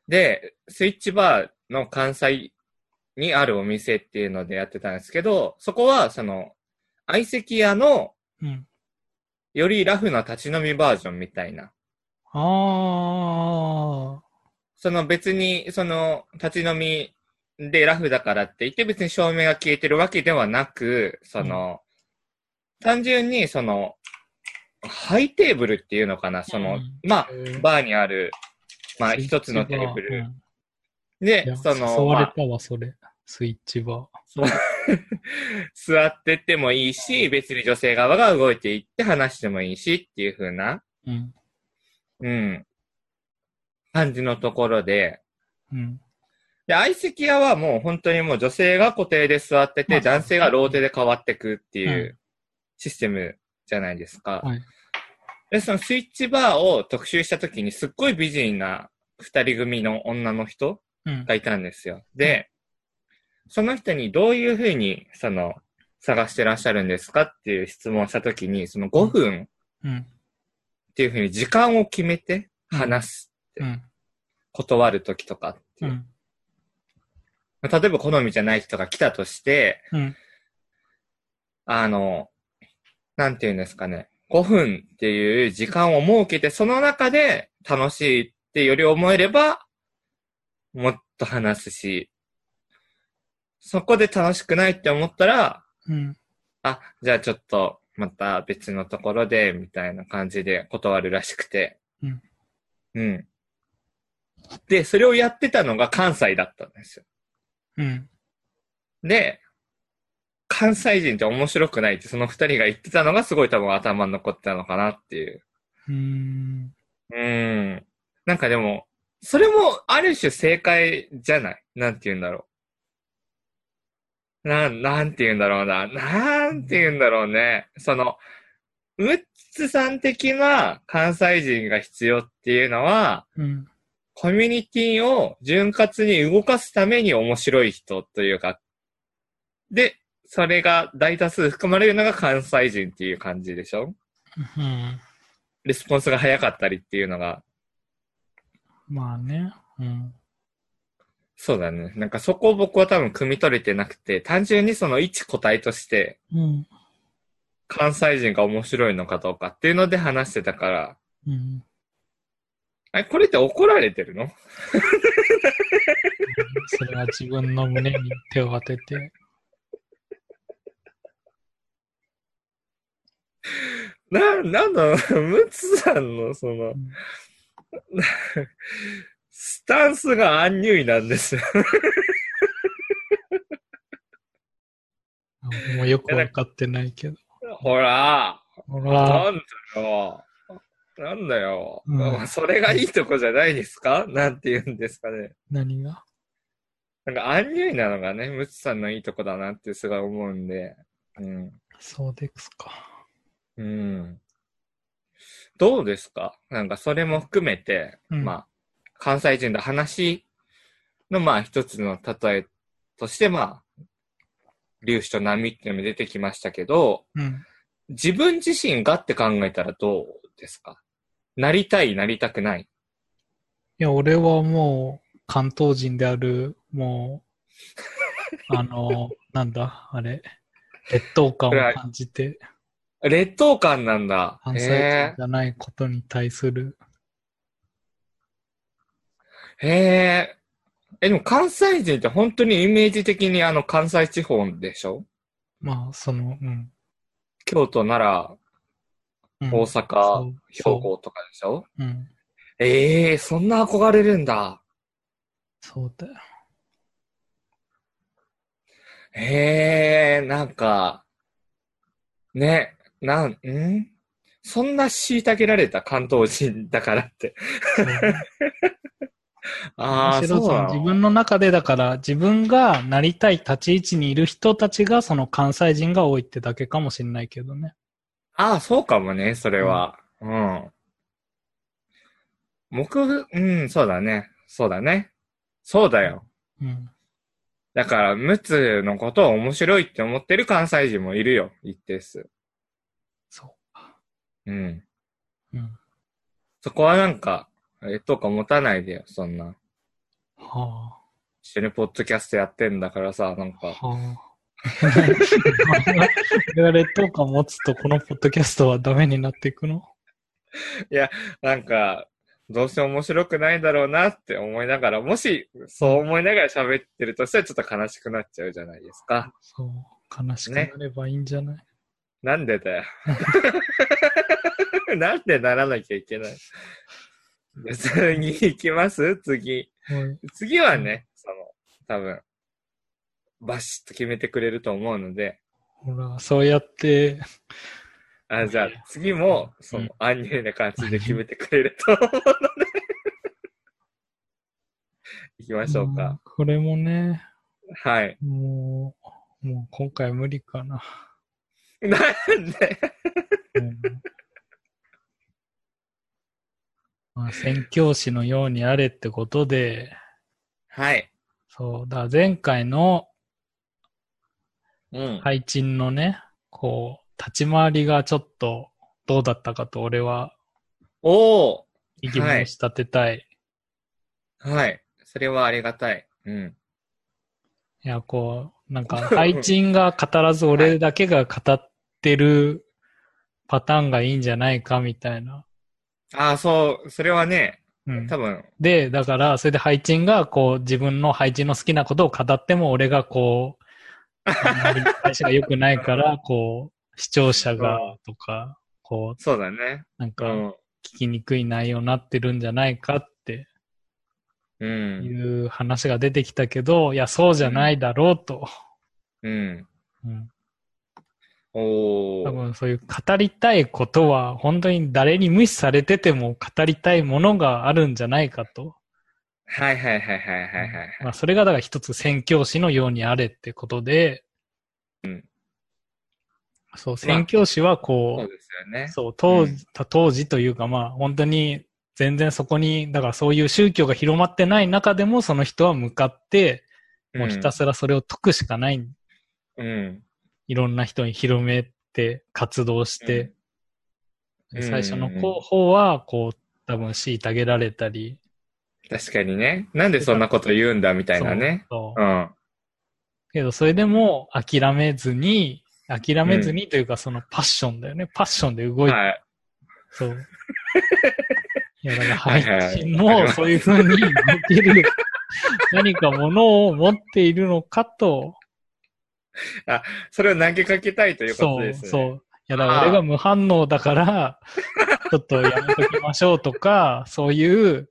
[SPEAKER 2] で、スイッチバーの関西にあるお店っていうのでやってたんですけど、そこは、その、相席屋の
[SPEAKER 1] うん。
[SPEAKER 2] よりラフな立ち飲みバージョンみたいな。
[SPEAKER 1] あ
[SPEAKER 2] その別に、その、立ち飲みでラフだからって言って別に照明が消えてるわけではなく、その、単純にその、ハイテーブルっていうのかな、その、
[SPEAKER 1] うん
[SPEAKER 2] まあ
[SPEAKER 1] へー、
[SPEAKER 2] バーにある、まあ、
[SPEAKER 1] ー。
[SPEAKER 2] 一つのテーブ
[SPEAKER 1] う
[SPEAKER 2] ル。
[SPEAKER 1] んい
[SPEAKER 2] で
[SPEAKER 1] や、
[SPEAKER 2] その、
[SPEAKER 1] 誘わ
[SPEAKER 2] ま
[SPEAKER 1] れ
[SPEAKER 2] あ
[SPEAKER 1] たわ、それ。スイッチバー。
[SPEAKER 2] 座ってってもいいし、別に女性側が動いていって話してもいいしっていう風な、
[SPEAKER 1] うん。
[SPEAKER 2] うん、感じのところで、
[SPEAKER 1] うん。
[SPEAKER 2] で、相席屋はもう本当にもう女性が固定で座ってて、
[SPEAKER 1] まあ
[SPEAKER 2] 男性がローテで変わってくっていううシステムじゃないですか。
[SPEAKER 1] はい。
[SPEAKER 2] で、そのスイッチバーを特集した時にすっごい美人な二人組の女の人
[SPEAKER 1] うん。
[SPEAKER 2] がいたんですよ。で、その人にどういうふうに、その、探してらっしゃるんですかっていう質問をした時に、その5分
[SPEAKER 1] うん。
[SPEAKER 2] っていうふうに時間を決めて話す、
[SPEAKER 1] うん。
[SPEAKER 2] 断る時とかって
[SPEAKER 1] う
[SPEAKER 2] いう。
[SPEAKER 1] ん。
[SPEAKER 2] 例えば好みじゃない人が来たとして、
[SPEAKER 1] うん。
[SPEAKER 2] あの、なんていうんですかね、5分っていう時間を設けて、その中で楽しいってより思えれば、もっと話すし、そこで楽しくないって思ったら、
[SPEAKER 1] うん。
[SPEAKER 2] あ、じゃあちょっとまた別のところで、みたいな感じで断るらしくて。
[SPEAKER 1] うん。
[SPEAKER 2] うん。で、それをやってたのが関西だったんですよ。
[SPEAKER 1] うん。
[SPEAKER 2] で、関西人って面白くないってその二人が言ってたのがすごい多分頭に残ってたのかなっていう。
[SPEAKER 1] うーん。
[SPEAKER 2] うん。なんかでも、それもある種正解じゃないなんて言うんだろう。なん、なんて言うんだろうな。なんて言うんだろうね。その、ムッツさん的な関西人が必要っていうのは、
[SPEAKER 1] うん。
[SPEAKER 2] コミュニティを潤滑に動かすために面白い人というか、で、それが大多数含まれるのが関西人っていう感じでしょ
[SPEAKER 1] うん。
[SPEAKER 2] レスポンスが早かったりっていうのが、
[SPEAKER 1] まあね。うん。
[SPEAKER 2] そうだね。なんかそこを僕は多分汲み取れてなくて、単純にその一個体として
[SPEAKER 1] うん。
[SPEAKER 2] 関西人が面白いのかどうかっていうので話してたから、
[SPEAKER 1] うん。
[SPEAKER 2] え、これって怒られてるの
[SPEAKER 1] それは自分の胸に手を当てて。
[SPEAKER 2] な、なんだろう、 ムツさんのその
[SPEAKER 1] ん、
[SPEAKER 2] スタンスがアンニュイなんですよ。
[SPEAKER 1] 僕もよくわかってない けど。
[SPEAKER 2] ほら、
[SPEAKER 1] ほ
[SPEAKER 2] な
[SPEAKER 1] ら、
[SPEAKER 2] んだよ。なんだよ。
[SPEAKER 1] うん
[SPEAKER 2] それがいいとこじゃないですかなんて言うんですかね。
[SPEAKER 1] 何が
[SPEAKER 2] なんか、アンニュイなのがね、ムツさんのいいとこだなってすごい思うんで。うん。
[SPEAKER 1] そうですか。
[SPEAKER 2] うん。どうですかなんか、それも含めて、
[SPEAKER 1] うん
[SPEAKER 2] まあ、関西人の話の、まあ、一つの例えとして、まあ、粒子と波っていうのも出てきましたけど、
[SPEAKER 1] うん。
[SPEAKER 2] 自分自身がって考えたらどうですかなりたい、なりたくない。
[SPEAKER 1] いや、俺はもう、関東人である、もう、あの、なんだ、あれ、劣等感を感じて、
[SPEAKER 2] 劣等感なんだ。
[SPEAKER 1] 関西人
[SPEAKER 2] へ
[SPEAKER 1] じゃないことに対する、
[SPEAKER 2] え。へえ。え、でも関西人って本当にイメージ的にあの関西地方でしょ
[SPEAKER 1] まあ、その、うん。
[SPEAKER 2] 京都、奈
[SPEAKER 1] うん
[SPEAKER 2] 良、大阪、
[SPEAKER 1] そう
[SPEAKER 2] 兵
[SPEAKER 1] そう
[SPEAKER 2] 庫とかでしょ
[SPEAKER 1] うん。
[SPEAKER 2] ええそんな憧れるんだ。
[SPEAKER 1] そうだよ。
[SPEAKER 2] へえ、なんか、ね、なん、んそんな虐げられた関東人だからって。
[SPEAKER 1] そうだよ
[SPEAKER 2] ああ、
[SPEAKER 1] むし
[SPEAKER 2] そ
[SPEAKER 1] ろ
[SPEAKER 2] う
[SPEAKER 1] そ
[SPEAKER 2] な
[SPEAKER 1] の
[SPEAKER 2] の
[SPEAKER 1] 自分の中でだから自分がなりたい立ち位置にいる人たちがその関西人が多いってだけかもしれないけどね。
[SPEAKER 2] ああ、そうかもね、それは。うん。僕、うん、そうだね。そうだね。そうだよ。
[SPEAKER 1] うん。
[SPEAKER 2] だから、ムツのことを面白いって思ってる関西人もいるよ、一定数。
[SPEAKER 1] そ
[SPEAKER 2] うん。
[SPEAKER 1] う。うん。
[SPEAKER 2] そこはなんか、えとか持たないでよ、そんな。
[SPEAKER 1] は
[SPEAKER 2] 一緒にポッドキャストやってんだからさ、なん
[SPEAKER 1] あ。
[SPEAKER 2] か、
[SPEAKER 1] はあ。俺が劣等感持つとこのポッドキャストはダメになっていくの
[SPEAKER 2] なんか、どうせ面白くないだろうなって思いながら、もし、そう思いながら喋ってるとしたらちょっと悲しくなっちゃうじゃないですか。
[SPEAKER 1] そう。悲しくなればいいんじゃない、
[SPEAKER 2] なんでだよ。 なんでならなきゃいけない。次行きます次。
[SPEAKER 1] はい
[SPEAKER 2] 次はね、その、多分、バシッと決めてくれると思うので、
[SPEAKER 1] ほら、そうやって、
[SPEAKER 2] あ、じゃあ次も、その、アンニュイな感じで決めてくれると思うので、 行きましょう
[SPEAKER 1] うん
[SPEAKER 2] か。
[SPEAKER 1] これもね、
[SPEAKER 2] はい。
[SPEAKER 1] もう、もう今回無理かな。
[SPEAKER 2] なんで
[SPEAKER 1] うんまあ、宣教師のようにあれってことで、
[SPEAKER 2] はい。
[SPEAKER 1] そうだ、前回の
[SPEAKER 2] うん。
[SPEAKER 1] 配信のね、こう、立ち回りがちょっとどうだったかと俺は
[SPEAKER 2] おー
[SPEAKER 1] 意義を仕立てたい。い、
[SPEAKER 2] はい。それはありがたい。うん。
[SPEAKER 1] や、こう、なんか配信が語らず俺だけが語ってるパターンがいいんじゃないかみたいな。
[SPEAKER 2] ああ、そう、それはね、
[SPEAKER 1] うん、
[SPEAKER 2] 多分、
[SPEAKER 1] で、だから、それで配置が、こう、自分の配置の好きな ことを語っても、俺がこう、あんまり会社が良くないから、こう、視聴者がとか、こう、
[SPEAKER 2] そうだね。
[SPEAKER 1] なん
[SPEAKER 2] う
[SPEAKER 1] か、
[SPEAKER 2] ん。
[SPEAKER 1] 聞きにくい内容になってるんじゃないかって
[SPEAKER 2] う
[SPEAKER 1] い
[SPEAKER 2] ん。
[SPEAKER 1] う話が出てきたけど、いや、そうじゃないだろうと。
[SPEAKER 2] うん。
[SPEAKER 1] うん、
[SPEAKER 2] お
[SPEAKER 1] 多
[SPEAKER 2] ー。
[SPEAKER 1] 分そういう語りたいことは、本当に誰に無視されてても語りたいものがあるんじゃないかと。
[SPEAKER 2] はいはいはいはいはいはいはい。
[SPEAKER 1] まあ、それがだから一つ宣教師のようにあれってことで、
[SPEAKER 2] うん
[SPEAKER 1] そう、宣教師はこう、
[SPEAKER 2] そうですよね。
[SPEAKER 1] そう、当
[SPEAKER 2] うん
[SPEAKER 1] 時、当時というか、まあ、本当に、全然そこに、だからそういう宗教が広まってない中でも、その人は向かって、もうひたすらそれを解くしかない。
[SPEAKER 2] うん。
[SPEAKER 1] いろんな人に広めて、活動して、
[SPEAKER 2] うん
[SPEAKER 1] 最初の
[SPEAKER 2] うん
[SPEAKER 1] 候補は、こう、多分虐げられたり、
[SPEAKER 2] 確かにね。なんでそんなこと言うんだみたいなね。
[SPEAKER 1] そう
[SPEAKER 2] う。ん。
[SPEAKER 1] けど、それでも諦めずに、諦めずにというか、そのパッションだよね。パッションで動いて
[SPEAKER 2] はい。
[SPEAKER 1] そう。いや、だから
[SPEAKER 2] はいはい
[SPEAKER 1] 配信もそういうふうにできる何かものを持っているのかと、
[SPEAKER 2] それを投げかけたいということ
[SPEAKER 1] そ
[SPEAKER 2] で
[SPEAKER 1] う、
[SPEAKER 2] すね。
[SPEAKER 1] そう。いや、だから俺が無反応だ から、ちょっとやめときましょうとか、そういう、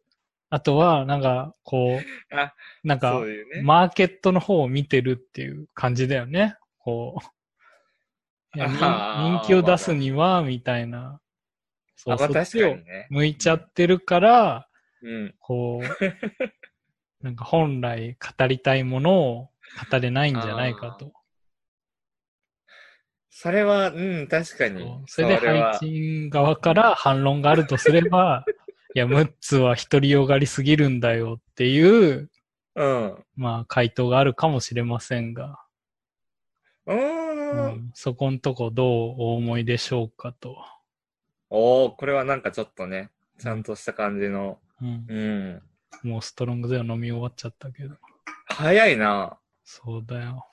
[SPEAKER 1] あとは、なんか、こ
[SPEAKER 2] あ
[SPEAKER 1] う、なんか
[SPEAKER 2] そう、いうね。
[SPEAKER 1] マーケットの方を見てるっていう感じだよね。こう。いや人
[SPEAKER 2] あー
[SPEAKER 1] 人気を出すには、みたいな。そ
[SPEAKER 2] あ、
[SPEAKER 1] う、そ
[SPEAKER 2] まあ確か
[SPEAKER 1] っ
[SPEAKER 2] に
[SPEAKER 1] ちを
[SPEAKER 2] ね。
[SPEAKER 1] 向いちゃってるから、
[SPEAKER 2] うん。
[SPEAKER 1] こう、 なんか本来語りたいものを語れないんじゃないかと。
[SPEAKER 2] それは、うん、確かに
[SPEAKER 1] そう。そ
[SPEAKER 2] そ
[SPEAKER 1] れで
[SPEAKER 2] れは
[SPEAKER 1] 配信側から反論があるとすれば、いや、ムッツは独りよがりすぎるんだよっていう、
[SPEAKER 2] うん。
[SPEAKER 1] まあ、回答があるかもしれませんが、
[SPEAKER 2] う
[SPEAKER 1] う
[SPEAKER 2] ーん。
[SPEAKER 1] ん、そこんとこどうお思いでしょうかと。
[SPEAKER 2] おおこれはなんかちょっとね、ちゃんとした感じの。
[SPEAKER 1] うん、
[SPEAKER 2] うん。
[SPEAKER 1] もうストロングゼロ飲み終わっちゃったけど。
[SPEAKER 2] 早いな。
[SPEAKER 1] そうだよ。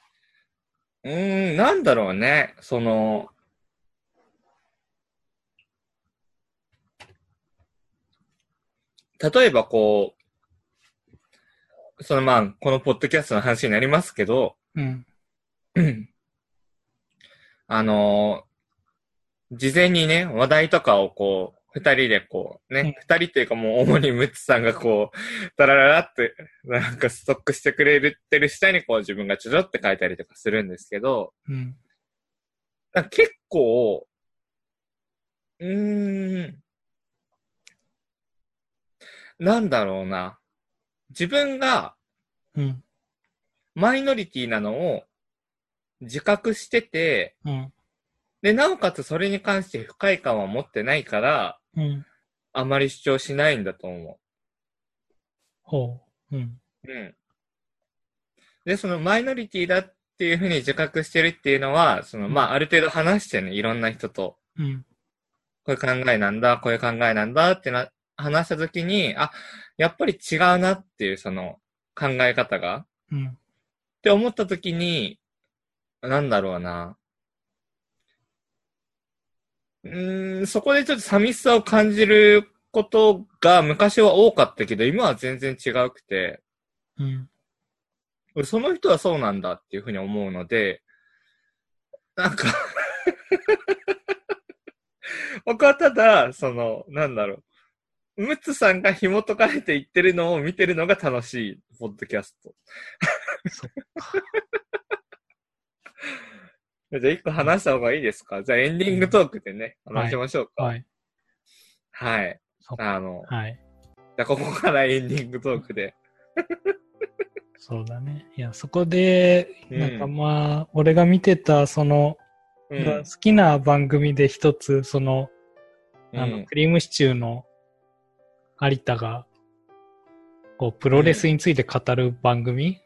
[SPEAKER 2] うーん、なんだろうね。その、例えばこう、そのまあ、このポッドキャストの話になりますけど、
[SPEAKER 1] うん。
[SPEAKER 2] あのー事前にね、話題とかをこう、二人でこう、ね、二、人っていうかもう主にムツさんがこう、ダラララって、なんかストックしてくれるってる下にこう自分がちょちょって書いたりとかするんですけど、
[SPEAKER 1] うん。
[SPEAKER 2] なんか結構、うーん、なんだろうな。自分が
[SPEAKER 1] うん。
[SPEAKER 2] マイノリティなのを自覚してて、
[SPEAKER 1] うん。
[SPEAKER 2] で、なおかつそれに関して不快感は持ってないから、
[SPEAKER 1] うん。
[SPEAKER 2] あまり主張しないんだと思
[SPEAKER 1] ほう。うん。
[SPEAKER 2] う。うん。で、そのマイノリティだっていうふうに自覚してるっていうのは、その、まあ、ある程度話してね、いろんな人と。
[SPEAKER 1] うん。
[SPEAKER 2] こういう考えなんだ、こういう考えなんだってな、話したときに、あ、やっぱり違うなっていうその考え方が、っ
[SPEAKER 1] うん。
[SPEAKER 2] て思ったときに、なんだろうな。うーん、そこでちょっと寂しさを感じることが昔は多かったけど、今は全然違うくて、
[SPEAKER 1] うん。
[SPEAKER 2] 俺その人はそうなんだっていうふうに思うので、なんか、僕はただ、その、なんだろう。ムツさんが紐解かれていってるのを見てるのが楽しい、ポッドキャスト。
[SPEAKER 1] そっ
[SPEAKER 2] じゃあ一個話した方がいいですかじゃあエンディングトークでね、
[SPEAKER 1] ん
[SPEAKER 2] 話しましょうか。
[SPEAKER 1] か。
[SPEAKER 2] はい。
[SPEAKER 1] はい。そっか
[SPEAKER 2] あの、じ
[SPEAKER 1] はい。
[SPEAKER 2] ゃあここからエンディングトークで。
[SPEAKER 1] そうだね。いや、そこで、
[SPEAKER 2] うん
[SPEAKER 1] なんかまあ、俺が見てた、その、
[SPEAKER 2] う
[SPEAKER 1] 好
[SPEAKER 2] ん。
[SPEAKER 1] きな番組で一つ、その、あ
[SPEAKER 2] う
[SPEAKER 1] の、
[SPEAKER 2] ん
[SPEAKER 1] クリームシチューの有田が、こう、プロレスについて語る番組、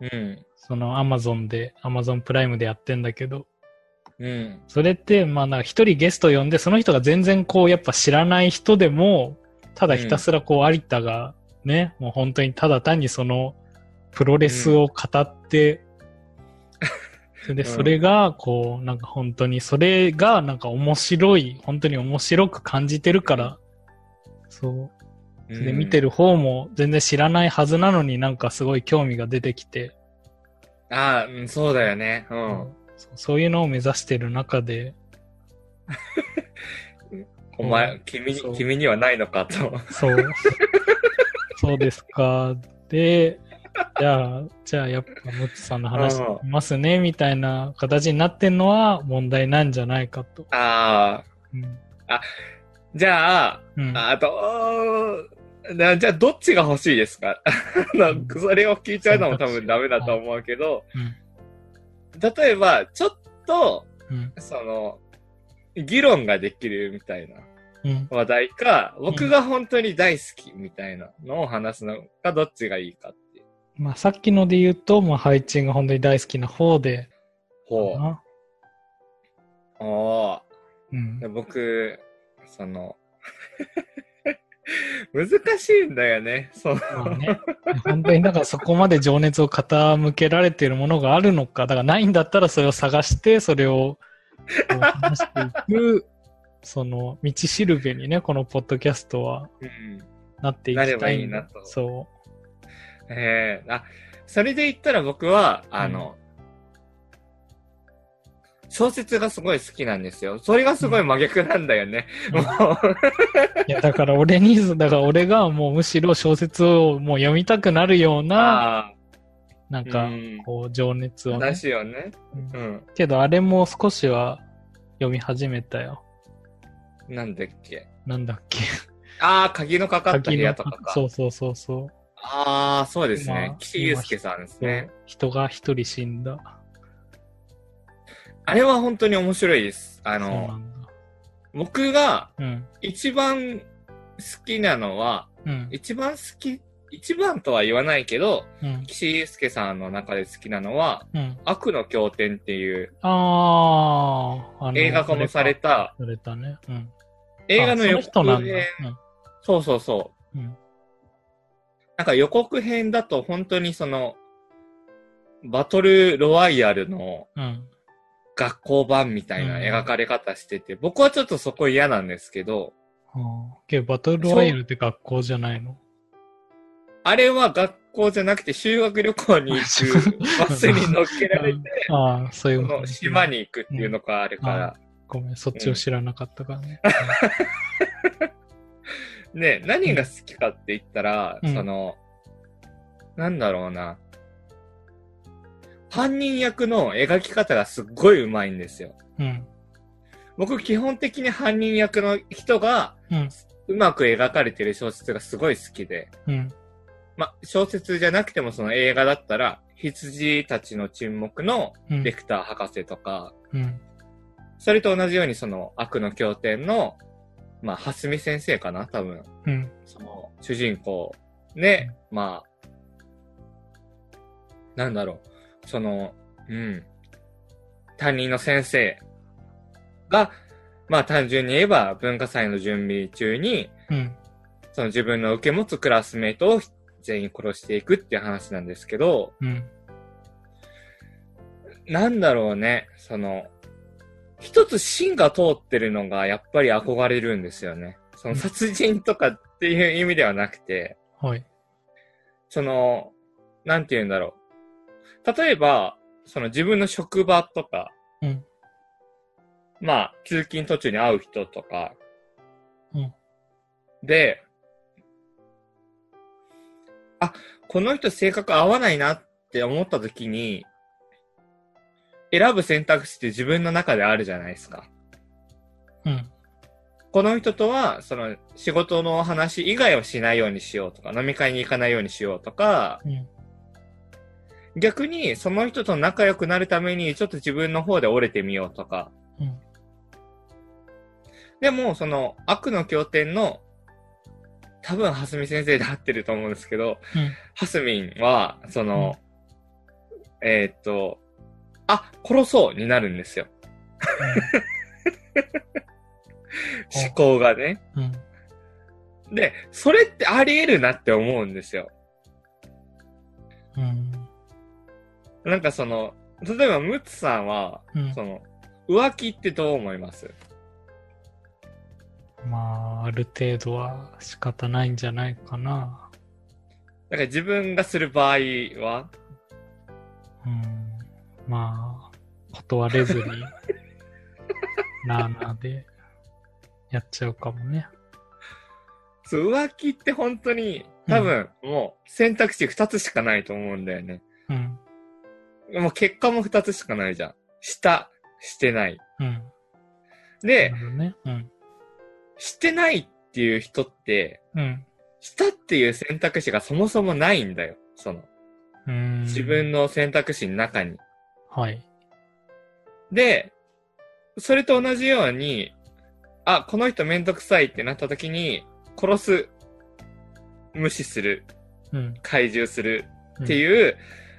[SPEAKER 2] うん。
[SPEAKER 1] その、アマゾンで、アマゾンプライムでやってんだけど、
[SPEAKER 2] うん。
[SPEAKER 1] それって、まあ、なんか一人ゲスト呼んで、その人が全然こう、やっぱ知らない人でも、ただひたすらこう、有田がね、もう本当にただ単にその、プロレスを語って、それで、
[SPEAKER 2] うん
[SPEAKER 1] それが、こう、なんか本当に、それがなんか面白い、本当に面白く感じてるから、そう。それで、見て
[SPEAKER 2] る。
[SPEAKER 1] る方も全然知らないはずなのになんかすごい興味が出てきて、
[SPEAKER 2] ああ、うんそうだよね。うん。
[SPEAKER 1] そうそういうのを目指してる中で、
[SPEAKER 2] お前、
[SPEAKER 1] うん
[SPEAKER 2] 君に
[SPEAKER 1] そう、
[SPEAKER 2] 君にはないのかと。
[SPEAKER 1] そう。 そうですか。で、じゃあ、じゃあやっぱムツさんの話しますね、みたいな形になってんのは問題なんじゃないかと。
[SPEAKER 2] ああ、
[SPEAKER 1] うん。
[SPEAKER 2] じゃあ、
[SPEAKER 1] うん、
[SPEAKER 2] あと、なじゃあ、どっちが欲しいですか あのそれを聞いちゃうのも多分ダメだと思うけど、
[SPEAKER 1] うん
[SPEAKER 2] 例えば、ちょっと、
[SPEAKER 1] うん。
[SPEAKER 2] その、議論ができるみたいな
[SPEAKER 1] うん。
[SPEAKER 2] 話題か、僕が本当に大好きみたいなのを話すのか、どっちがいいかっていう。
[SPEAKER 1] まあさっきので言うと、まあ配置が本当に大好きな方で、
[SPEAKER 2] ほう。
[SPEAKER 1] な
[SPEAKER 2] あ
[SPEAKER 1] うん
[SPEAKER 2] あ、。僕、その、 難しいんだよね。その
[SPEAKER 1] まあね、本当にだからそこまで情熱を傾けられているものがあるのか、だからないんだったらそれを探して、それをこう話していく、その道しるべにね、このポッドキャストは
[SPEAKER 2] うん
[SPEAKER 1] なっていきたいんだ
[SPEAKER 2] なればいいなと
[SPEAKER 1] そ
[SPEAKER 2] ええあ、それで言ったら僕は、あの、小説がすごい好きなんですよ。それがすごい真逆なんだよね。
[SPEAKER 1] うん
[SPEAKER 2] もう、
[SPEAKER 1] う。いや、だから俺に、だから俺がもうむしろ小説をもう読みたくなるような、
[SPEAKER 2] あ
[SPEAKER 1] なん
[SPEAKER 2] あ、
[SPEAKER 1] か
[SPEAKER 2] う、ん、
[SPEAKER 1] こう、情熱をね、
[SPEAKER 2] 正しいよね。
[SPEAKER 1] うん
[SPEAKER 2] うん。
[SPEAKER 1] けどあれも少しは読み始めたよ。
[SPEAKER 2] なんだっけ。
[SPEAKER 1] なんだっけ。
[SPEAKER 2] ああ、鍵のかかった部屋とか
[SPEAKER 1] 鍵の
[SPEAKER 2] か。
[SPEAKER 1] そうそうそうそう。
[SPEAKER 2] ああ、そうです
[SPEAKER 1] ま
[SPEAKER 2] ね
[SPEAKER 1] あ。
[SPEAKER 2] 岸優介さんですね。
[SPEAKER 1] 人が一人死んだ。
[SPEAKER 2] あれは本当に面白いです。あ
[SPEAKER 1] そうな
[SPEAKER 2] の、
[SPEAKER 1] んだ。
[SPEAKER 2] 僕が
[SPEAKER 1] うん。
[SPEAKER 2] 一番好きなのは、
[SPEAKER 1] うん。
[SPEAKER 2] 一番好き、一番とは言わないけど、
[SPEAKER 1] うん。
[SPEAKER 2] 岸優介さんの中で好きなのは、
[SPEAKER 1] うん。
[SPEAKER 2] 悪の経典っていう
[SPEAKER 1] あーあの。
[SPEAKER 2] 映画化もされた、
[SPEAKER 1] あれか。されたね。うん。
[SPEAKER 2] 映画の
[SPEAKER 1] あ
[SPEAKER 2] 予
[SPEAKER 1] その人な
[SPEAKER 2] 告
[SPEAKER 1] ん
[SPEAKER 2] 編
[SPEAKER 1] だ。
[SPEAKER 2] そうそうそう。
[SPEAKER 1] うん。うん。
[SPEAKER 2] なんか予告編だと本当にその、バトルロワイヤルの
[SPEAKER 1] うん。
[SPEAKER 2] 学校版みたいな
[SPEAKER 1] うん
[SPEAKER 2] 描かれ方してて、僕はちょっとそこ嫌なんですけど、
[SPEAKER 1] あーけど、バトルロワイヤルって学校じゃないの
[SPEAKER 2] あれは学校じゃなくて修学旅行に行 くバスに乗っけられて、
[SPEAKER 1] ああ、そうい
[SPEAKER 2] そうの島
[SPEAKER 1] に。
[SPEAKER 2] に行くっていうのがあるから、
[SPEAKER 1] ごめん、そっちを知らなかったからね。
[SPEAKER 2] ね、何が好きかって言ったら、
[SPEAKER 1] うん
[SPEAKER 2] その、なんだろうな。犯人役の描き方がすっごい上手いんですよ。
[SPEAKER 1] うん。
[SPEAKER 2] 僕基本的に犯人役の人が
[SPEAKER 1] うん。
[SPEAKER 2] うまく描かれてる小説がすごい好きで。
[SPEAKER 1] うん。
[SPEAKER 2] ま、小説じゃなくてもその映画だったら、羊たちの沈黙の
[SPEAKER 1] うん
[SPEAKER 2] レクター博士とか、
[SPEAKER 1] うん。
[SPEAKER 2] それと同じようにその悪の経典の、まあ、蓮見先生かな多分。
[SPEAKER 1] うん。
[SPEAKER 2] その、主人公ね、まあ、なんだろう、その、うん、担任の先生が、まあ単純に言えば文化祭の準備中に、
[SPEAKER 1] うん。
[SPEAKER 2] その自分の受け持つクラスメイトを全員殺していくっていう話なんですけど、
[SPEAKER 1] うん。
[SPEAKER 2] なんだろうね、その、一つ芯が通ってるのがやっぱり憧れるんですよね。その殺人とかっていう意味ではなくて、
[SPEAKER 1] はい。
[SPEAKER 2] その、なんて言うんだろう。例えば、その自分の職場とか、
[SPEAKER 1] うん
[SPEAKER 2] まあ、通勤途中に会う人とか、
[SPEAKER 1] うん
[SPEAKER 2] で、あ、この人性格合わないなって思った時に、選ぶ選択肢って自分の中であるじゃないですか。
[SPEAKER 1] うん。
[SPEAKER 2] この人とは、その、仕事の話以外はしないようにしようとか、飲み会に行かないようにしようとか、
[SPEAKER 1] うん。
[SPEAKER 2] 逆にその人と仲良くなるためにちょっと自分の方で折れてみようとか。
[SPEAKER 1] うん
[SPEAKER 2] でもその悪の経典の多分蓮見先生で合ってると思うんですけど、
[SPEAKER 1] うん
[SPEAKER 2] 蓮見はその、えーっと、あ、殺そうになるんですよ。思考がね。
[SPEAKER 1] うん。うん。
[SPEAKER 2] で、それってあり得るなって思うんですよ。
[SPEAKER 1] うん。
[SPEAKER 2] なんかその、例えばムツさんは、
[SPEAKER 1] うん
[SPEAKER 2] その、浮気ってどう思います
[SPEAKER 1] まあ、ある程度は仕方ないんじゃないかな。
[SPEAKER 2] なんか自分がする場合は
[SPEAKER 1] うん。まあ、断れず に、なあなあで、やっちゃうかもね。
[SPEAKER 2] そう、浮気って本当に、多分、もう選択肢2つしかないと思うんだよね。
[SPEAKER 1] うん。
[SPEAKER 2] もう結果も2つしかないじゃん。した、してない。
[SPEAKER 1] うん。
[SPEAKER 2] で
[SPEAKER 1] な、るほどね。うん。
[SPEAKER 2] してないっていう人って、
[SPEAKER 1] うん。
[SPEAKER 2] したっていう選択肢がそもそもないんだよ。その、
[SPEAKER 1] うーん。
[SPEAKER 2] 自分の選択肢の中に。
[SPEAKER 1] はい。
[SPEAKER 2] で、それと同じように、あ、この人めんどくさいってなった時に、殺す、無視する、
[SPEAKER 1] うん。
[SPEAKER 2] 怪獣するって
[SPEAKER 1] う
[SPEAKER 2] いう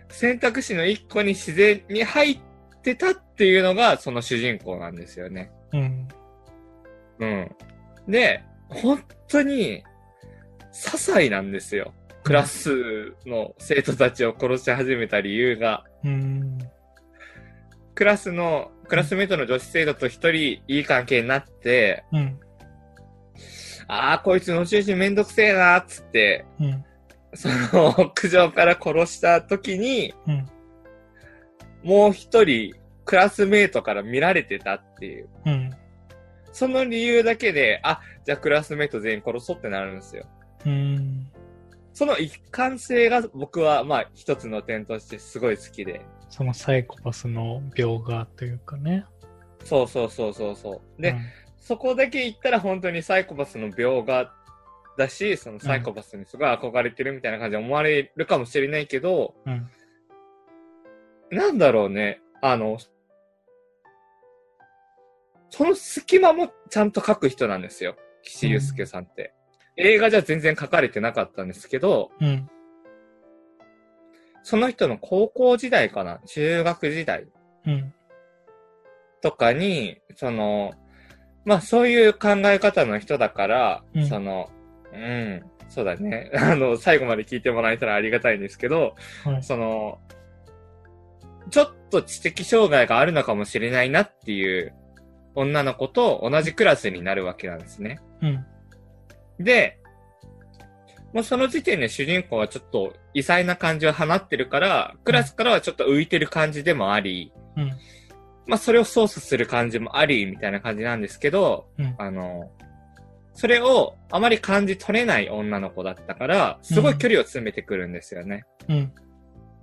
[SPEAKER 2] 選択肢の一個に自然に入ってたっていうのがその主人公なんですよね。
[SPEAKER 1] ん。うん。
[SPEAKER 2] うん。で、本当に、些細なんですよ。クラスの生徒たちを殺し始めた理由が。
[SPEAKER 1] うーん。
[SPEAKER 2] クラスの、クラスメートの女子生徒と一人いい関係になって、
[SPEAKER 1] うん。
[SPEAKER 2] ああ、こいつの中心めんどくせえなーっつって、
[SPEAKER 1] うん。
[SPEAKER 2] その屋上から殺した時に、
[SPEAKER 1] うん
[SPEAKER 2] もう一人クラスメートから見られてたっていう。
[SPEAKER 1] うん。
[SPEAKER 2] その理由だけで、あ、じゃあクラスメート全員殺そうってなるんですよ。
[SPEAKER 1] うん。
[SPEAKER 2] その一貫性が僕は、まあ、一つの点としてすごい好きで。
[SPEAKER 1] そのサイコパスの描画というかね。
[SPEAKER 2] そうそうそうそうそう。で、そこだけ言ったら本当にサイコパスの描画だし、そのサイコパスにすごい憧れてるみたいな感じで思われるかもしれないけど、
[SPEAKER 1] うん。うん。
[SPEAKER 2] なんだろうね、あの、その隙間もちゃんと書く人なんですよ。岸優介さんって。映画じゃ全然書かれてなかったんですけど、
[SPEAKER 1] うん。
[SPEAKER 2] その人の高校時代かな中学時代
[SPEAKER 1] うん。
[SPEAKER 2] とかに、その、まあそういう考え方の人だから、
[SPEAKER 1] うん
[SPEAKER 2] その、うん、そうだね。 あの、最後まで聞いてもらえたらありがたいんですけど、
[SPEAKER 1] はい。
[SPEAKER 2] その、ちょっと知的障害があるのかもしれないなっていう女の子と同じクラスになるわけなんですね。
[SPEAKER 1] うん。
[SPEAKER 2] で、もうその時点で主人公はちょっと異彩な感じを放ってるから、クラスからはちょっと浮いてる感じでもあり、
[SPEAKER 1] うん。
[SPEAKER 2] まあそれを操作する感じもあり、みたいな感じなんですけど、
[SPEAKER 1] うん
[SPEAKER 2] あの、それをあまり感じ取れない女の子だったから、すごい距離を詰めてくるんですよね。
[SPEAKER 1] うん。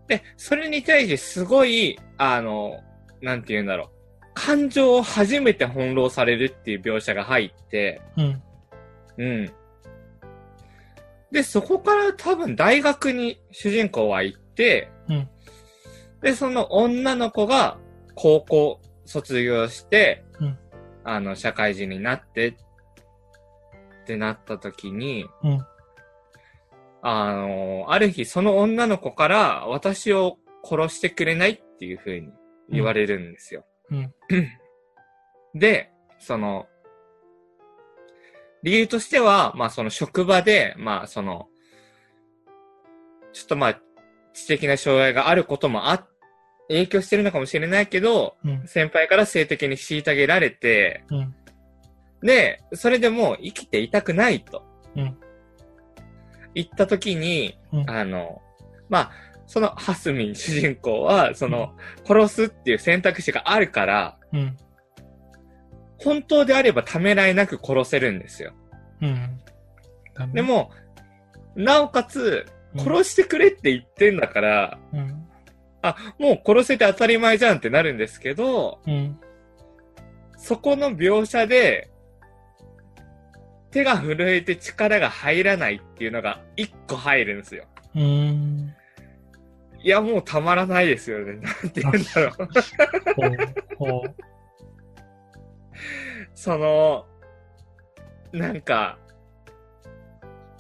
[SPEAKER 2] で、それに対してすごい、あの、なんて言うんだろう。感情を初めて翻弄されるっていう描写が入って、
[SPEAKER 1] うん。
[SPEAKER 2] うん。で、そこから多分大学に主人公は行って、
[SPEAKER 1] うん
[SPEAKER 2] で、その女の子が高校卒業して、
[SPEAKER 1] うん
[SPEAKER 2] あの、社会人になってってなった時に、
[SPEAKER 1] うん
[SPEAKER 2] あの、ある日その女の子から私を殺してくれないっていう風に言われるんですよ。
[SPEAKER 1] うん。
[SPEAKER 2] で、その、理由としては、まあその職場で、まあその、ちょっとまあ、知的な障害があることもあ、影響してるのかもしれないけど、
[SPEAKER 1] うん。
[SPEAKER 2] 先輩から性的に虐げられて、
[SPEAKER 1] うん。
[SPEAKER 2] で、それでもう生きていたくないと。
[SPEAKER 1] うん
[SPEAKER 2] 言った時に、
[SPEAKER 1] うん
[SPEAKER 2] あの、まあ、そのハスミン主人公は、その、殺すっていう選択肢があるから、
[SPEAKER 1] うん。
[SPEAKER 2] 本当であればためらいなく殺せるんですよ。
[SPEAKER 1] うん。だね
[SPEAKER 2] で、も、なおかつ、殺してくれって言ってんだから、
[SPEAKER 1] うん。
[SPEAKER 2] もう殺せて当たり前じゃんってなるんですけど、
[SPEAKER 1] うん。
[SPEAKER 2] そこの描写で、手が震えて力が入らないっていうのが一個入るんですよ。
[SPEAKER 1] うーん。
[SPEAKER 2] いや、もうたまらないですよね。 なんて言うんだろう。
[SPEAKER 1] ほう。ほう。
[SPEAKER 2] その、なんか、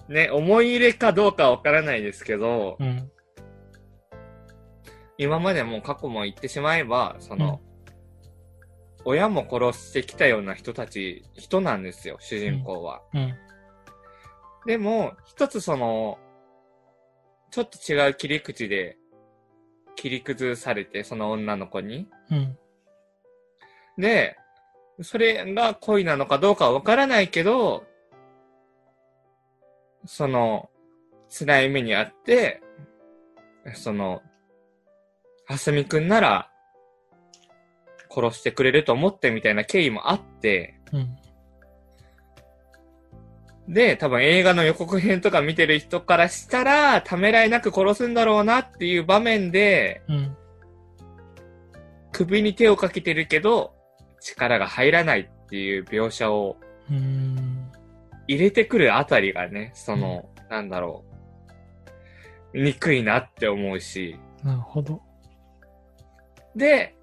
[SPEAKER 2] ね、思い入れかどうかわからないですけど、
[SPEAKER 1] うん。
[SPEAKER 2] 今までもう過去も言ってしまえば、その、親も殺してきたような人たち、人なんですよ、主人公は。
[SPEAKER 1] うん。
[SPEAKER 2] でも、一つその、ちょっと違う切り口で、切り崩されて、その女の子に。
[SPEAKER 1] うん。
[SPEAKER 2] で、それが恋なのかどうかはわからないけど、その、辛い目にあって、その、はすみくんなら、殺してくれると思ってみたいな経緯もあって、
[SPEAKER 1] うん。
[SPEAKER 2] で、多分映画の予告編とか見てる人からしたら、ためらいなく殺すんだろうなっていう場面で、
[SPEAKER 1] うん。
[SPEAKER 2] 首に手をかけてるけど、力が入らないっていう描写を
[SPEAKER 1] うーん。
[SPEAKER 2] 入れてくるあたりがね、その、なんだろう、憎いなって思うし、
[SPEAKER 1] なるほど。
[SPEAKER 2] で、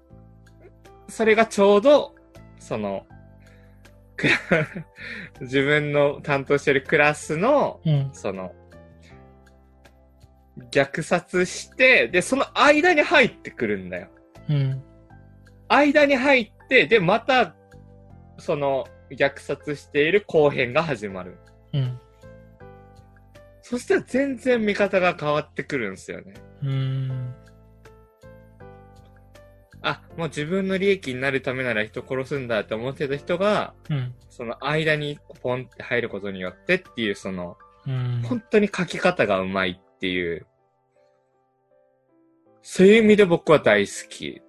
[SPEAKER 2] それがちょうど、その、 クラ自分の担当してるクラスの、
[SPEAKER 1] うん。
[SPEAKER 2] その、虐殺して、で、その間に入ってくるんだよ。
[SPEAKER 1] うん。
[SPEAKER 2] 間に入って、で、また、その、虐殺している後編が始まる。
[SPEAKER 1] うん。
[SPEAKER 2] そしたら全然見方が変わってくるんですよね。
[SPEAKER 1] うーん。
[SPEAKER 2] あ、もう自分の利益になるためなら人殺すんだって思ってた人が、
[SPEAKER 1] うん。
[SPEAKER 2] その間にポンって入ることによってっていう、その、
[SPEAKER 1] うん。
[SPEAKER 2] 本当に書き方がうまいっていう、そういう意味で僕は大好き。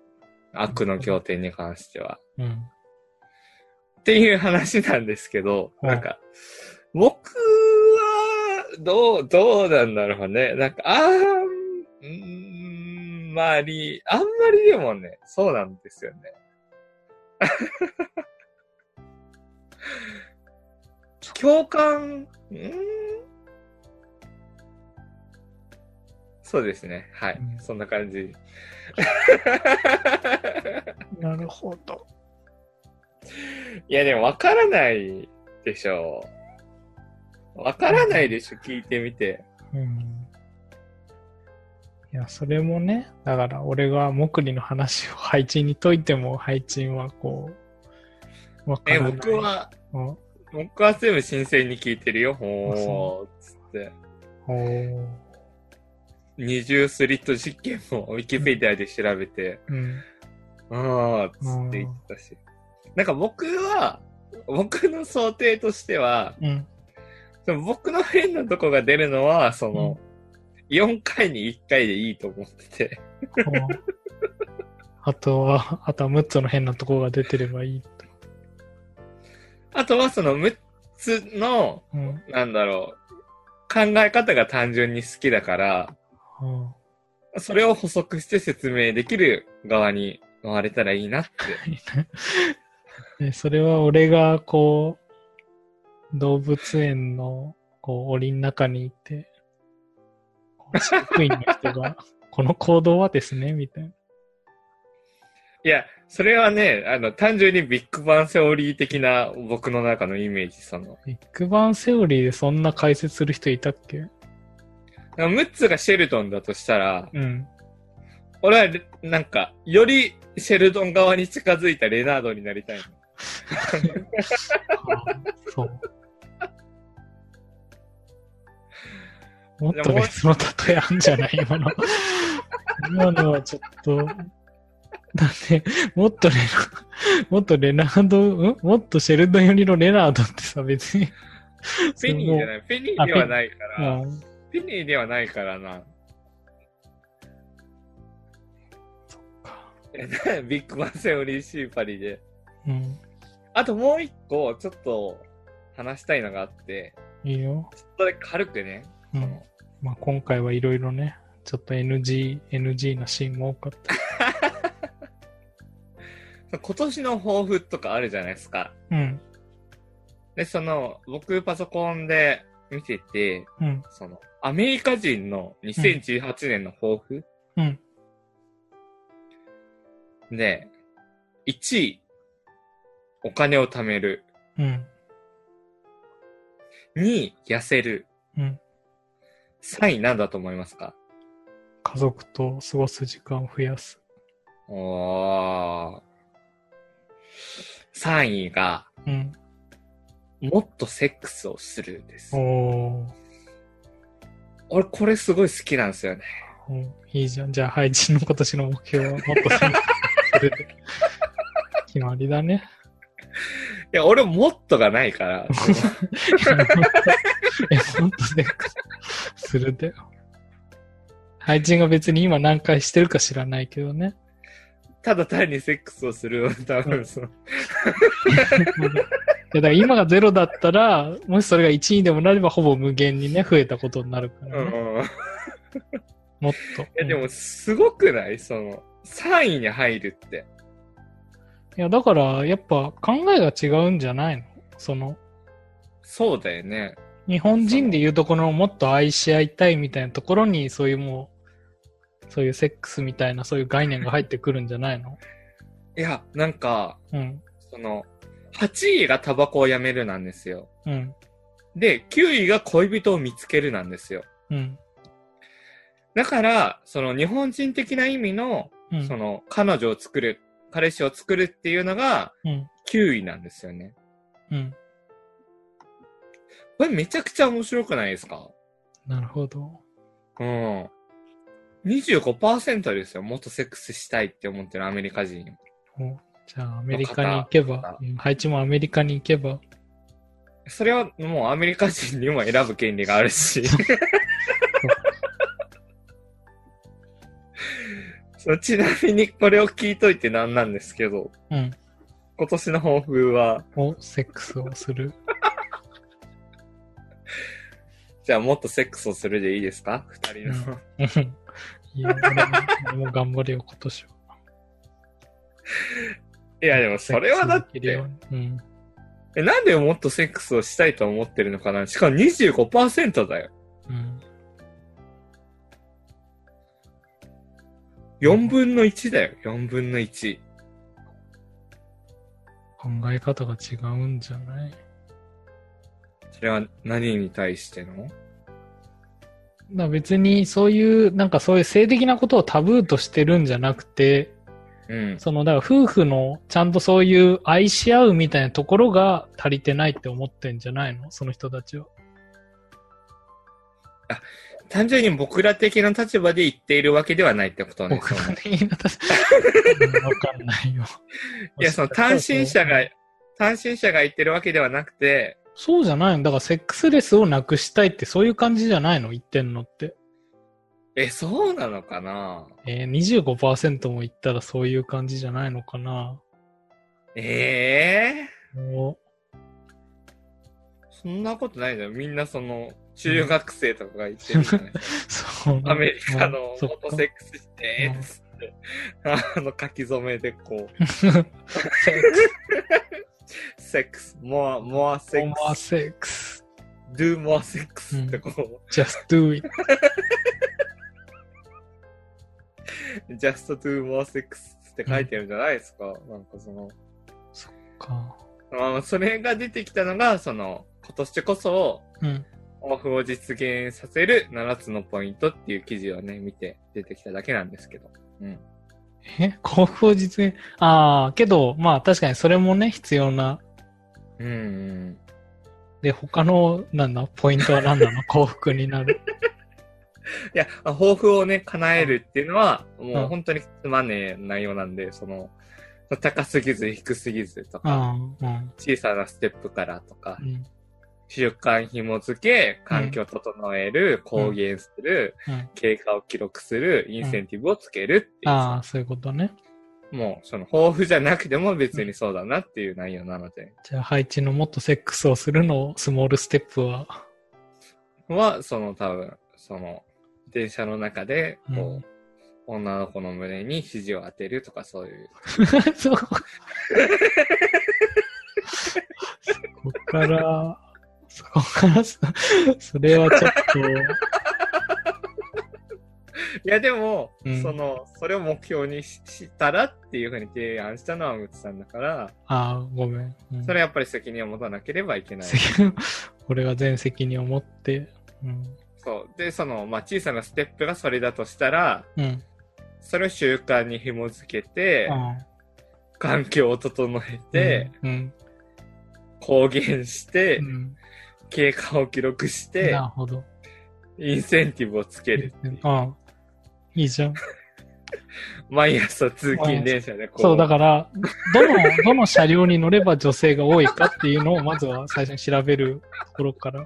[SPEAKER 2] 悪の経典に関しては。
[SPEAKER 1] うん。
[SPEAKER 2] っていう話なんですけど、
[SPEAKER 1] はい
[SPEAKER 2] なんか、僕は、どう、どうなんだろうね。なんか、あーん、んまり、あんまりでもね、そうなんですよ ね。共感、うーんそうですね。はい。
[SPEAKER 1] うん
[SPEAKER 2] そんな感じ。
[SPEAKER 1] なるほど。
[SPEAKER 2] いや、でも分からないでしょう。分からないでしょ、聞いてみて。
[SPEAKER 1] うん。いや、それもね、だから俺がモクリの話を配置に解いても、配置はこう、わか
[SPEAKER 2] え、
[SPEAKER 1] らない。
[SPEAKER 2] 僕は、
[SPEAKER 1] うん。
[SPEAKER 2] 僕は全部新鮮に聞いてるよ。ほー、つって。
[SPEAKER 1] おー
[SPEAKER 2] 二重スリット実験もウィキペディアで調べて、
[SPEAKER 1] うん。
[SPEAKER 2] あー、つって言ってたし。なんか僕は、僕の想定としては、
[SPEAKER 1] うん。
[SPEAKER 2] その僕の変なとこが出るのは、その、4回に1回でいいと思ってて。
[SPEAKER 1] おー あとは、あとは6つの変なところが出てればいい。
[SPEAKER 2] あとはその6つの、
[SPEAKER 1] うん。
[SPEAKER 2] なんだろう、考え方が単純に好きだから、
[SPEAKER 1] うん
[SPEAKER 2] それを補足して説明できる側に回れたらいいなって。
[SPEAKER 1] でそれは俺がこう動物園のこう檻の中にいてこう飼育員の人が この行動はですねみたいない
[SPEAKER 2] や、それはね、あの、単純にビッグバンセオリー的な僕の中のイメージ、その。
[SPEAKER 1] ビッグバンセオリーでそんな解説する人いたっけ
[SPEAKER 2] 6つがシェルトンだとしたら、
[SPEAKER 1] うん
[SPEAKER 2] 俺はレ、なんか、よりシェルトン側に近づいたレナードになりたいの。
[SPEAKER 1] そうもっと別の例えあんじゃない今の今のはちょっとだってもっとレナ、もっとレナード、んもっとシェルドン寄りのレナードってさ、別に。
[SPEAKER 2] ペニーじゃない、ペニーではないか
[SPEAKER 1] う
[SPEAKER 2] ら、
[SPEAKER 1] ん
[SPEAKER 2] ペニーではないからな。え ビッグバンセオリーシーパリで。
[SPEAKER 1] うん。
[SPEAKER 2] あともう一個、ちょっと話したいのがあって、
[SPEAKER 1] いいよ。
[SPEAKER 2] それ軽くね、
[SPEAKER 1] う
[SPEAKER 2] そ
[SPEAKER 1] ん
[SPEAKER 2] の。
[SPEAKER 1] まあ、今回はいろいろね、ちょっと NG、NG なシーンも多かった。
[SPEAKER 2] 今年の抱負とかあるじゃないですか。
[SPEAKER 1] うん。
[SPEAKER 2] で、その、僕パソコンで見てて、
[SPEAKER 1] うん。
[SPEAKER 2] その、アメリカ人の2018年の抱負、
[SPEAKER 1] うん。
[SPEAKER 2] で、1位、お金を貯める。
[SPEAKER 1] うん。
[SPEAKER 2] 2位、痩せる。
[SPEAKER 1] うん。
[SPEAKER 2] 3位、なんだと思いますか
[SPEAKER 1] 家族と過ごす時間を増やす。
[SPEAKER 2] おー。3位が、
[SPEAKER 1] うん。
[SPEAKER 2] もっとセックスをするです。
[SPEAKER 1] おー。
[SPEAKER 2] 俺、これすごい好きなんですよね。
[SPEAKER 1] うんいいじゃん。じゃあ、配置の今年の目標はもっとそのそれで。決まりだね。
[SPEAKER 2] いや、俺、もっとがない から。その
[SPEAKER 1] え、ほんとセックスするだよ。配信が別に今何回してるか知らないけどね。
[SPEAKER 2] ただ単にセックスをする多分その、
[SPEAKER 1] いやだから今がゼロだったら、もしそれが1にでもなれば、ほぼ無限にね、増えたことになるか
[SPEAKER 2] う
[SPEAKER 1] らね。
[SPEAKER 2] ん。い
[SPEAKER 1] もっと。
[SPEAKER 2] や、で
[SPEAKER 1] うん
[SPEAKER 2] も、すごくないその、3位に入るって。
[SPEAKER 1] いやだから、やっぱ考えが違うんじゃないのその、
[SPEAKER 2] そうだよね。
[SPEAKER 1] 日本人でいうところのもっと愛し合いたいみたいなところに、そういうもう、そういうセックスみたいな、そういう概念が入ってくるんじゃないの
[SPEAKER 2] いや、なんか、
[SPEAKER 1] うん。
[SPEAKER 2] その、8位がタバコをやめるなんですよ。
[SPEAKER 1] うん。
[SPEAKER 2] で、9位が恋人を見つけるなんですよ。
[SPEAKER 1] うん。
[SPEAKER 2] だから、その日本人的な意味の、
[SPEAKER 1] うん。
[SPEAKER 2] その、彼女を作る、彼氏を作るっていうのが
[SPEAKER 1] うん。
[SPEAKER 2] 9位なんですよね。
[SPEAKER 1] うん。
[SPEAKER 2] これめちゃくちゃ面白くないですか
[SPEAKER 1] なるほど。
[SPEAKER 2] うん。25%ですよ。もっとセックスしたいって思ってるアメリカ人。
[SPEAKER 1] おじゃあ、アメリカに行けば、うん配置もアメリカに行けば、
[SPEAKER 2] それはもうアメリカ人にも選ぶ権利があるし。 そうちなみにこれを聞いといてなんなんですけど、
[SPEAKER 1] うん。
[SPEAKER 2] 今年の抱負は、
[SPEAKER 1] を、セックスをする。
[SPEAKER 2] じゃあもっとセックスをするでいいですか二人の。
[SPEAKER 1] うんいや、俺も俺も頑張れよ、今年は。
[SPEAKER 2] いやでもそれはだっ
[SPEAKER 1] セックスできるよ
[SPEAKER 2] て、
[SPEAKER 1] うにうん。
[SPEAKER 2] えなんでもっとセックスをしたいと思ってるのかなしかも25%だよ。
[SPEAKER 1] うん。
[SPEAKER 2] 4分の1だよ。4分の1。
[SPEAKER 1] 考え方が違うんじゃない
[SPEAKER 2] それは何に対しての
[SPEAKER 1] だから別にそういう、なんかそういう性的なことをタブーとしてるんじゃなくて、
[SPEAKER 2] うん。
[SPEAKER 1] その、だから夫婦のちゃんとそういう愛し合うみたいなところが足りてないって思ってんじゃないのその人たちは。
[SPEAKER 2] 単純に僕ら的な立場で言っているわけではないってことね。
[SPEAKER 1] 僕は
[SPEAKER 2] その
[SPEAKER 1] ね、言い方、うんわかんないよ。
[SPEAKER 2] いや、その単身者が、単身者が言ってるわけではなくて、
[SPEAKER 1] そうじゃないのだからセックスレスをなくしたいってそういう感じじゃないの言ってんのって。
[SPEAKER 2] え、そうなのかな
[SPEAKER 1] えー、25%も言ったらそういう感じじゃないのかな
[SPEAKER 2] ええ
[SPEAKER 1] も
[SPEAKER 2] そんなことないじゃん。みんなその、中学生とかが言ってるじゃない、
[SPEAKER 1] う、そう。
[SPEAKER 2] アメリカの
[SPEAKER 1] そ
[SPEAKER 2] 元
[SPEAKER 1] っか
[SPEAKER 2] セックスして、つって、あの書き初めでこ う、セックス、more, more
[SPEAKER 1] セッ
[SPEAKER 2] sex,
[SPEAKER 1] クス。セックス。
[SPEAKER 2] do more sex ってこ
[SPEAKER 1] just do it.
[SPEAKER 2] う、just do more sex って書いてるじゃないですか。なんかその、
[SPEAKER 1] か。
[SPEAKER 2] あーそれが出てきたのが、その、今年こそ、
[SPEAKER 1] うん。
[SPEAKER 2] オフを実現させる7つのポイントっていう記事をね、見て出てきただけなんですけど。うん。
[SPEAKER 1] え 幸福を実現。ああ、けど、まあ確かにそれもね、必要な。
[SPEAKER 2] うん、うん。
[SPEAKER 1] で、他の、なんだ、ポイントは何なの 幸福になる。
[SPEAKER 2] いや、あ抱負をね、叶えるっていうのは、
[SPEAKER 1] う
[SPEAKER 2] も
[SPEAKER 1] ん
[SPEAKER 2] う本当につまんねえ内容なんで、その、高すぎず低すぎずと
[SPEAKER 1] う
[SPEAKER 2] か、
[SPEAKER 1] ん、うん、
[SPEAKER 2] 小さなステップからとか
[SPEAKER 1] う、ん、
[SPEAKER 2] 習慣紐付け、環境整える、公言する、
[SPEAKER 1] うん。
[SPEAKER 2] 経過を記録する、インセンティブをつけるっていうさ、
[SPEAKER 1] ああ、そういうことね。
[SPEAKER 2] もう、その、抱負じゃなくても別にそうだなっていう内容なので、
[SPEAKER 1] じゃあ、配置のもっとセックスをするのスモールステップは。
[SPEAKER 2] は、その、多分、その、電車の中で、
[SPEAKER 1] う
[SPEAKER 2] こ
[SPEAKER 1] ん
[SPEAKER 2] う、女の子の胸に肘を当てるとかそういう。
[SPEAKER 1] そこそこから、そこからそ、それはちょっ
[SPEAKER 2] いや、でも、
[SPEAKER 1] うん
[SPEAKER 2] その、それを目標にししたらっていうふうに提案したのはムツさんだから、
[SPEAKER 1] と、ああ、ごめん。うん
[SPEAKER 2] それはやっぱり責任を持たなければいけない。
[SPEAKER 1] 責任 俺が全責任を持って、うん。
[SPEAKER 2] そう。で、その、まあ、小さなステップがそれだとしたら、
[SPEAKER 1] うん。
[SPEAKER 2] それを習慣に紐付けて、
[SPEAKER 1] あ
[SPEAKER 2] 環境を整え
[SPEAKER 1] あ
[SPEAKER 2] て、、
[SPEAKER 1] うん。
[SPEAKER 2] 公言して、
[SPEAKER 1] うん
[SPEAKER 2] 経過を記録し
[SPEAKER 1] うん
[SPEAKER 2] て
[SPEAKER 1] なる、ほど。
[SPEAKER 2] インセンティブをつけるっていう。
[SPEAKER 1] ああいいじゃん。
[SPEAKER 2] 毎朝通勤電車でこう。
[SPEAKER 1] そう、だから、どの、 どの車両に乗れば女性が多いかっていうのを、まずは最初に調べるところから。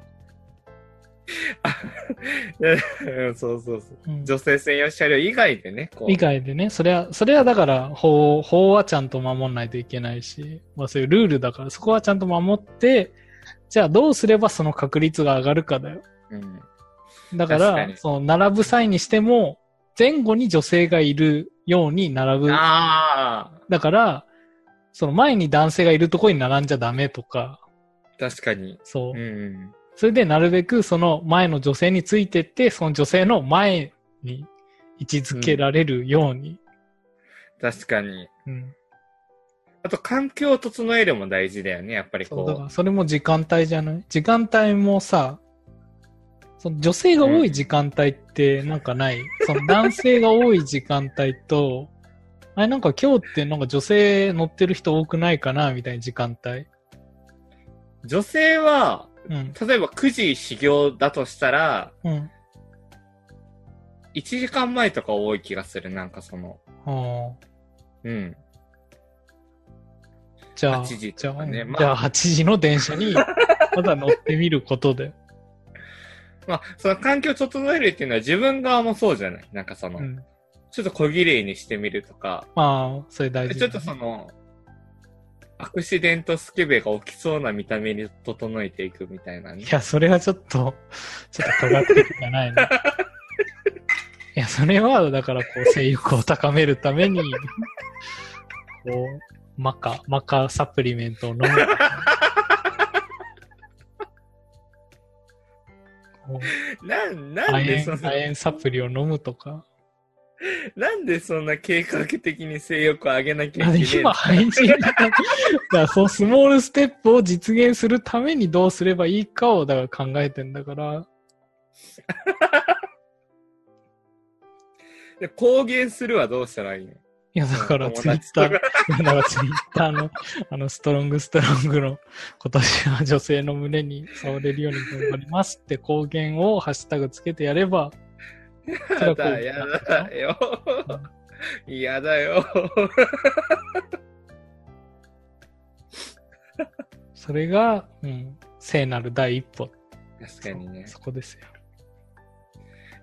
[SPEAKER 2] うんそうそうそう。
[SPEAKER 1] うん
[SPEAKER 2] 女性専用車両以外でね、こう。
[SPEAKER 1] 以外でね、それは、それはだから法、法はちゃんと守んないといけないし、まあそういうルールだから、そこはちゃんと守って、じゃあどうすればその確率が上がるかだよ。
[SPEAKER 2] うん。
[SPEAKER 1] だか、
[SPEAKER 2] 確からに
[SPEAKER 1] その並ぶ際にしても、前後に女性がいるように並ぶ。
[SPEAKER 2] ああ、
[SPEAKER 1] だから、その前に男性がいるところに並んじゃダメとか、
[SPEAKER 2] 確かに。
[SPEAKER 1] そうう。
[SPEAKER 2] ん。
[SPEAKER 1] それでなるべくその前の女性についてって、その女性の前に位置づけられるように。
[SPEAKER 2] 確かに。
[SPEAKER 1] うん
[SPEAKER 2] あと、環境を整えるも大事だよね、やっぱり
[SPEAKER 1] そうだか
[SPEAKER 2] こ
[SPEAKER 1] らそれも時間帯じゃない時間帯もさ、その女性が多い時間帯ってなんかない、その男性が多い時間帯と、あれなんか今日ってなんか女性乗ってる人多くないかなみたいな時間帯。
[SPEAKER 2] う。女性は、
[SPEAKER 1] うん。
[SPEAKER 2] 例えば9時始業だとしたら、
[SPEAKER 1] うん。
[SPEAKER 2] 1時間前とか多い気がする、なんかその。
[SPEAKER 1] ああ。
[SPEAKER 2] うん。
[SPEAKER 1] じゃあ、
[SPEAKER 2] 8時とかね
[SPEAKER 1] じゃあうん
[SPEAKER 2] まあ
[SPEAKER 1] じゃあ8時の電車に、ただ乗ってみることで。
[SPEAKER 2] まあ、その環境を整えるっていうのは自分側も そうじゃないなんかその、
[SPEAKER 1] うん。
[SPEAKER 2] ちょっと小綺麗にしてみるとか、
[SPEAKER 1] まあ、それ大事
[SPEAKER 2] ち
[SPEAKER 1] だ
[SPEAKER 2] ょ
[SPEAKER 1] ね、
[SPEAKER 2] っとその、アクシデントスケベが起きそうな見た目に整えていくみたいなね
[SPEAKER 1] い。や、それはちょっと、 ちょっと科学的じゃ ないな。いや、それは、だから、こう、性欲を高めるために、 こう、マカ、マカサプリメントを飲む。こ
[SPEAKER 2] なん、
[SPEAKER 1] う
[SPEAKER 2] なんで
[SPEAKER 1] 亜
[SPEAKER 2] そ
[SPEAKER 1] 鉛
[SPEAKER 2] んな
[SPEAKER 1] 亜、鉛サプリを飲むとか。
[SPEAKER 2] なんでそんな計画的に性欲を上げなきゃ
[SPEAKER 1] だっ
[SPEAKER 2] い
[SPEAKER 1] て
[SPEAKER 2] け
[SPEAKER 1] 今、
[SPEAKER 2] ない
[SPEAKER 1] 配信 だから、そのスモールステップを実現するためにどうすればいいかを、だから考えてんだから、
[SPEAKER 2] で、公言するはどうしたらいいの
[SPEAKER 1] いや、だから、
[SPEAKER 2] 友
[SPEAKER 1] ツイッ
[SPEAKER 2] 達
[SPEAKER 1] タ
[SPEAKER 2] と
[SPEAKER 1] ー だ
[SPEAKER 2] か、
[SPEAKER 1] からツイッターの、あの、ストロングストロングの、今年は女性の胸に触れるように頑張りますって公言をハッシュタグつけてやれば、それ
[SPEAKER 2] や
[SPEAKER 1] はこ
[SPEAKER 2] だ、
[SPEAKER 1] う
[SPEAKER 2] やだよ。嫌だよ。
[SPEAKER 1] それが、うん、聖なる第一歩。
[SPEAKER 2] 確かにね。
[SPEAKER 1] そこですよ。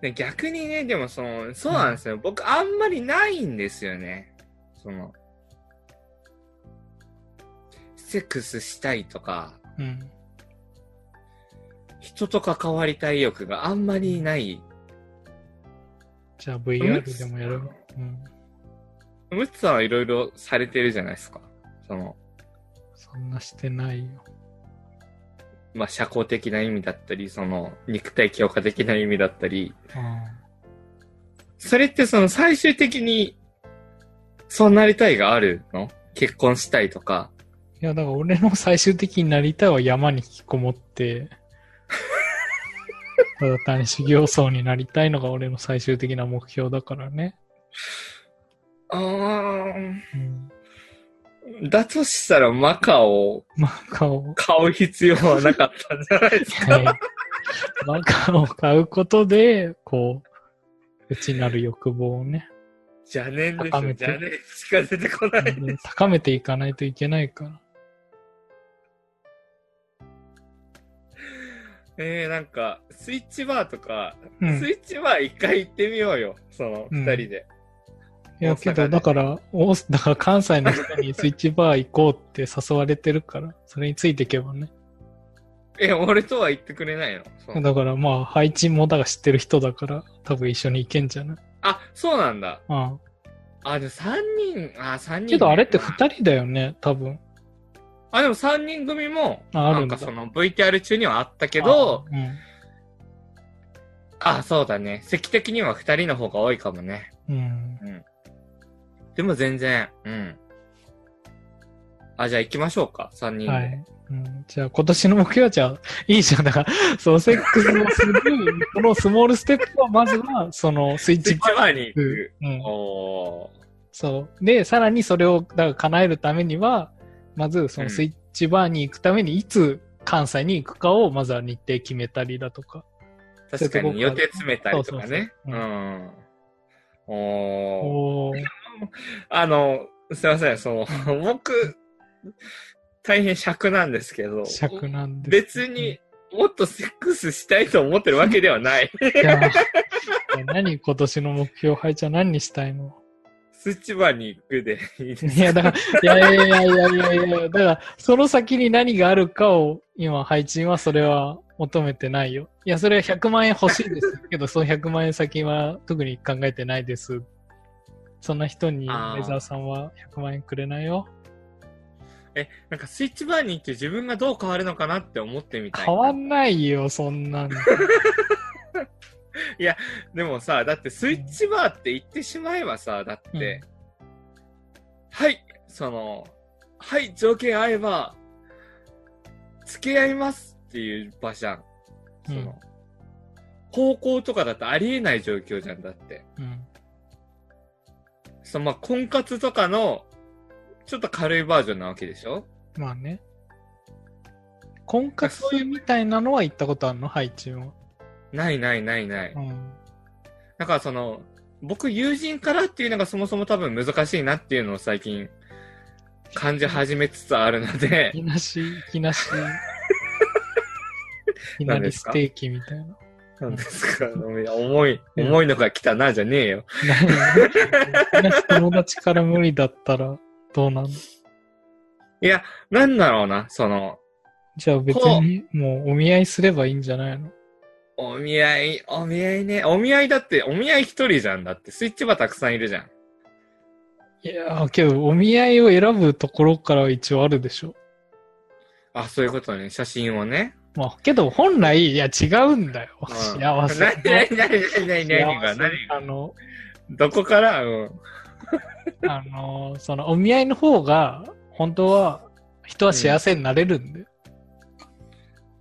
[SPEAKER 2] で逆にね、でもその、そうなんですよ。僕、あんまりないんですよね。その、セックスしたいとか、
[SPEAKER 1] うん。
[SPEAKER 2] 人と関わりたい欲があんまりない。
[SPEAKER 1] じゃあ VR でもやれば。うん。
[SPEAKER 2] ムツさんはいろいろされてるじゃないですか。その、
[SPEAKER 1] そんなしてないよ。
[SPEAKER 2] まあ、社交的な意味だったり、その、肉体強化的な意味だったり、
[SPEAKER 1] う
[SPEAKER 2] それってその最終的に、そうなりたいがあるの結婚したいとか。
[SPEAKER 1] ん。いや、だから俺の最終的になりたいは山に引きこも って、ただ単に修行僧になりたいのが俺の最終的な目標だからね。
[SPEAKER 2] あー
[SPEAKER 1] うん
[SPEAKER 2] だとしたらマカオ
[SPEAKER 1] マカオ。
[SPEAKER 2] 買う必要はなかったんじゃないですか。
[SPEAKER 1] はい。マカオを買うことで、こう、内なる欲望をね、
[SPEAKER 2] 邪念でし
[SPEAKER 1] 高
[SPEAKER 2] ょ。
[SPEAKER 1] めて
[SPEAKER 2] 邪念しか出てこない。
[SPEAKER 1] 高めていかないといけないから。
[SPEAKER 2] えー、なんか、スイッチバーとか、
[SPEAKER 1] う
[SPEAKER 2] ス
[SPEAKER 1] ん。い
[SPEAKER 2] イッチバー一回行ってみようよ。その、
[SPEAKER 1] うん
[SPEAKER 2] 二人で。
[SPEAKER 1] や、けど、だから、大阪だから関西の人にスイッチバー行こうって誘われてるから、それについていけばね。
[SPEAKER 2] え、俺とは言ってくれないのその
[SPEAKER 1] だから、まあ、配置もだから知ってる人だから、多分一緒に行けんじゃない
[SPEAKER 2] あ、そうなんだ。
[SPEAKER 1] うん。
[SPEAKER 2] あ、でも三人、あ、三人。
[SPEAKER 1] けど、あれって二人だよね、多分。
[SPEAKER 2] あ、でも3人組も、
[SPEAKER 1] ああ
[SPEAKER 2] な
[SPEAKER 1] るん
[SPEAKER 2] ん
[SPEAKER 1] だ
[SPEAKER 2] かその VTR 中にはあったけど、
[SPEAKER 1] あ、うん。
[SPEAKER 2] あそうだね。席的には2人の方が多いかもね。
[SPEAKER 1] うん。
[SPEAKER 2] でも全然、うん。あ、じゃあ行きましょうか、3人で。
[SPEAKER 1] はい。うん、じゃあ今年の目標はじゃあ、いいじゃん。だから、 そのセックスをする、このスモールステップは、まずは、そのスイッ
[SPEAKER 2] スイ
[SPEAKER 1] チ
[SPEAKER 2] ッチバーに行く。
[SPEAKER 1] うん。
[SPEAKER 2] おー。
[SPEAKER 1] そう。で、さらにそれを、だから叶えるためには、まず、そのスイッチバーに行くために、いつ関西に行くかを、まずは日程決めたりだとか。
[SPEAKER 2] 確かに予定詰めたりと
[SPEAKER 1] そうそ
[SPEAKER 2] かね。。
[SPEAKER 1] ううそうん
[SPEAKER 2] おー。
[SPEAKER 1] おー
[SPEAKER 2] あの、すいません、その、 僕、大変尺なんですけど、
[SPEAKER 1] 尺なんです。
[SPEAKER 2] 別に、もっとセックスしたいと思ってるわけではない。
[SPEAKER 1] いやーえ何今年の目標、はいちゃん何にしたいの
[SPEAKER 2] スチバに行くでいいで す。
[SPEAKER 1] いや、だから、いやいやいやいやいやいや、だから、その先に何があるかを、今、配置はそれは求めてないよ。いや、それは100万円欲しいですけ ど、その100万円先は特に考えてないです。そんな人に、
[SPEAKER 2] あー
[SPEAKER 1] 梅沢さんは100万円くれないよ。
[SPEAKER 2] なんかスイッチバーに行って自分がどう変わるのかなって思ってみたい。
[SPEAKER 1] 変わんないよ、そん なん。
[SPEAKER 2] でもさ、だってスイッチバーって言ってしまえばさ、だって、はい、その、はい、条件合えば、付き合いますっていう場じゃん。その、
[SPEAKER 1] うん
[SPEAKER 2] 高校とかだとありえない状況じゃんだって。
[SPEAKER 1] うん。
[SPEAKER 2] そのまあ、婚活とかの、ちょっと軽いバージョンなわけでしょ
[SPEAKER 1] まあね。婚活みたいなのは行ったことあるの配置は。
[SPEAKER 2] ないないないない。
[SPEAKER 1] うん。
[SPEAKER 2] だからその、僕友人からっていうのがそもそも多分難しいなっていうのを最近感じ始めつつあるので
[SPEAKER 1] い、きなし、いきな し。いきな
[SPEAKER 2] 何で
[SPEAKER 1] り
[SPEAKER 2] す
[SPEAKER 1] ス
[SPEAKER 2] か
[SPEAKER 1] テーキみたいな。
[SPEAKER 2] なんですか、重い、重いのが来たな、じゃねえよ。
[SPEAKER 1] 何友達から無理だったらどうなの
[SPEAKER 2] いや、なんだろうな、その、
[SPEAKER 1] じゃあ別にもうお見合いすればいいんじゃないの
[SPEAKER 2] お見合い、お見合いね。お見合いだって、お見合い一人じゃんだって、スイッチバーたくさんいるじゃん。
[SPEAKER 1] いやーけどお見合いを選ぶところからは一応あるでしょ。
[SPEAKER 2] あ、そういうことね、写真をね。
[SPEAKER 1] まあけど本来、いや違うんだよ。
[SPEAKER 2] うん
[SPEAKER 1] 幸せ。
[SPEAKER 2] 何、何、何、何、何が、
[SPEAKER 1] 幸せ
[SPEAKER 2] 何が
[SPEAKER 1] あ、の、
[SPEAKER 2] どこから、うん。
[SPEAKER 1] あのー、そのお見合いの方が本当は人は幸せになれるんで、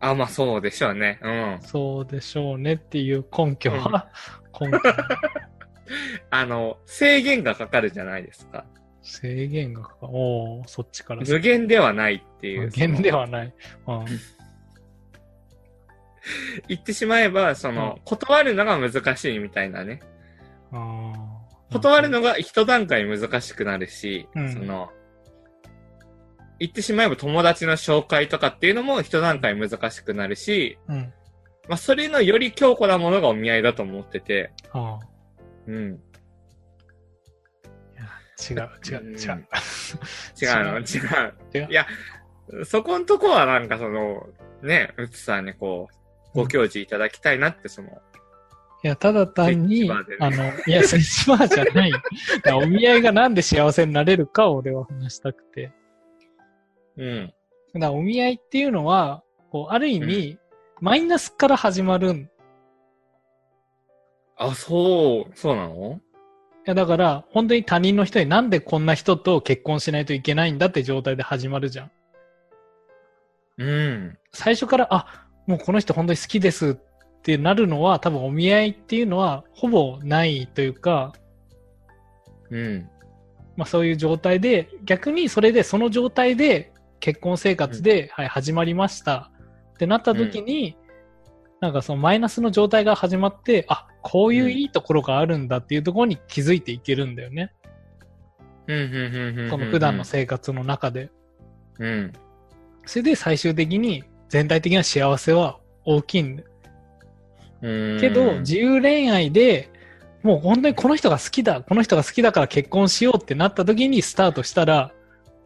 [SPEAKER 2] あ、まあそうでしょうね。うん。
[SPEAKER 1] そうでしょうねっていう根拠は、根拠
[SPEAKER 2] あの、制限がかかるじゃないですか。
[SPEAKER 1] 制限がかかおおそっちから
[SPEAKER 2] 無限ではないっていう。
[SPEAKER 1] 無限で
[SPEAKER 2] は。
[SPEAKER 1] はない。うん
[SPEAKER 2] 言ってしまえば、その、
[SPEAKER 1] う
[SPEAKER 2] 断るのが難しいみたいなね。
[SPEAKER 1] あー
[SPEAKER 2] 断るのが一段階難しくなるし、
[SPEAKER 1] うん
[SPEAKER 2] その、言ってしまえば友達の紹介とかっていうのも一段階難しくなるし、
[SPEAKER 1] うん。
[SPEAKER 2] まあ、それのより強固なものがお見合いだと思ってて、
[SPEAKER 1] あ
[SPEAKER 2] うん。
[SPEAKER 1] ー違う、違う、
[SPEAKER 2] う
[SPEAKER 1] 違
[SPEAKER 2] ん
[SPEAKER 1] う。
[SPEAKER 2] 違うの違う。
[SPEAKER 1] 違う
[SPEAKER 2] いや、そこんとこはなんかその、ね、うつさんにこう、ご教示いただきたいなって、その、
[SPEAKER 1] いや、ただ単
[SPEAKER 2] スイッチ
[SPEAKER 1] に、
[SPEAKER 2] バーでね
[SPEAKER 1] あの、いや、スイッチバーじゃない。だからお見合いがなんで幸せになれるかを俺は話したくて。
[SPEAKER 2] うん。
[SPEAKER 1] だからお見合いっていうのは、こう、ある意味、マイナスから始まるん。い
[SPEAKER 2] あ、そう、そうなの
[SPEAKER 1] や、だから、本当に他人の人になんでこんな人と結婚しないといけないんだって状態で始まるじゃん。
[SPEAKER 2] うん。
[SPEAKER 1] 最初から、あ、もうこの人本当に好きですってなるのは、多分お見合いっていうのは、ほぼないというか、
[SPEAKER 2] うん。
[SPEAKER 1] まあ、そういう状態で逆にそれでその状態で結婚生活で、はい、始まりましたってなった時に、なんかそのマイナスの状態が始まってあこういういいところがあるんだっていうところに気づいていけるんだよね、
[SPEAKER 2] うん、うん、うん、うん。
[SPEAKER 1] その普段の生活の中で
[SPEAKER 2] うん。
[SPEAKER 1] それで最終的に全体的な幸せは大きいんだよ
[SPEAKER 2] うん。
[SPEAKER 1] けど自由恋愛でもう本当にこの人が好きだこの人が好きだから結婚しようってなった時にスタートしたら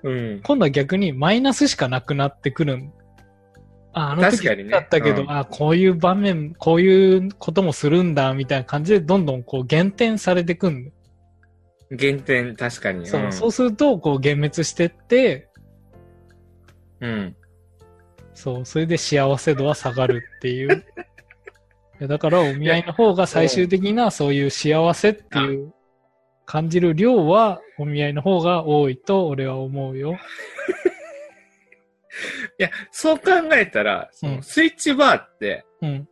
[SPEAKER 2] うん。
[SPEAKER 1] 今度は逆にマイナスしかなくなってくるんああの
[SPEAKER 2] 確
[SPEAKER 1] 時
[SPEAKER 2] かにね
[SPEAKER 1] だったけど、
[SPEAKER 2] うん
[SPEAKER 1] あこういう場面、こういうこともするんだ、みたいな感じで、どんどんこう減点されてくん、
[SPEAKER 2] 減点、確かに。
[SPEAKER 1] そ
[SPEAKER 2] ん
[SPEAKER 1] うそうすると、こう幻滅してって、
[SPEAKER 2] うん。
[SPEAKER 1] そう、それで幸せ度は下がるっていう。 いやだから、お見合いの方が最終的な、そういう幸せっていう、感じる量は、お見合いの方が多いと、俺は思うよ。
[SPEAKER 2] いや、そう考えたら、そのスイッチバーって
[SPEAKER 1] うん。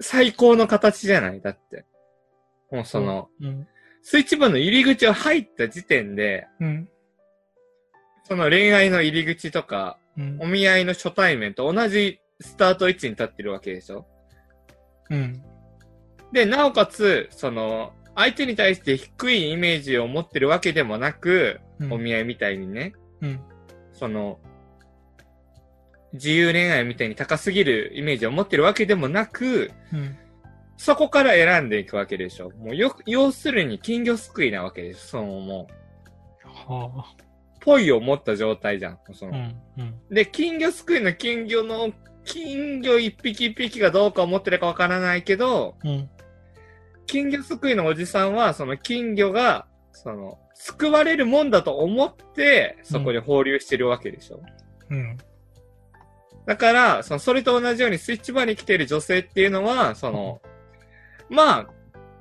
[SPEAKER 2] 最高の形じゃないだって。もうその、
[SPEAKER 1] うん。
[SPEAKER 2] スイッチバーの入り口を入った時点で、
[SPEAKER 1] うん。
[SPEAKER 2] その恋愛の入り口とか、
[SPEAKER 1] うん
[SPEAKER 2] お。見合いの初対面と同じスタート位置に立ってるわけでしょ
[SPEAKER 1] うん。
[SPEAKER 2] で、なおかつ、その、相手に対して低いイメージを持ってるわけでもなく、
[SPEAKER 1] うん
[SPEAKER 2] お見合いみたいにね、
[SPEAKER 1] うん。
[SPEAKER 2] その、自由恋愛みたいに高すぎるイメージを持ってるわけでもなく、
[SPEAKER 1] うん。
[SPEAKER 2] そこから選んでいくわけでしょ。もうよく、要するに金魚すくいなわけです。そのもう、
[SPEAKER 1] は
[SPEAKER 2] ポイを持った状態じゃん。そ
[SPEAKER 1] あ。
[SPEAKER 2] の
[SPEAKER 1] うん。うん。
[SPEAKER 2] で、金魚すくいの金魚の、金魚一匹一匹がどうか思ってるかわからないけど、
[SPEAKER 1] うん。
[SPEAKER 2] 金魚すくいのおじさんは、その金魚が、その、救われるもんだと思って、そこで放流してるわけでしょ。
[SPEAKER 1] うん。
[SPEAKER 2] だから、その、それと同じようにスイッチバーに来てる女性っていうのは、その、まあ、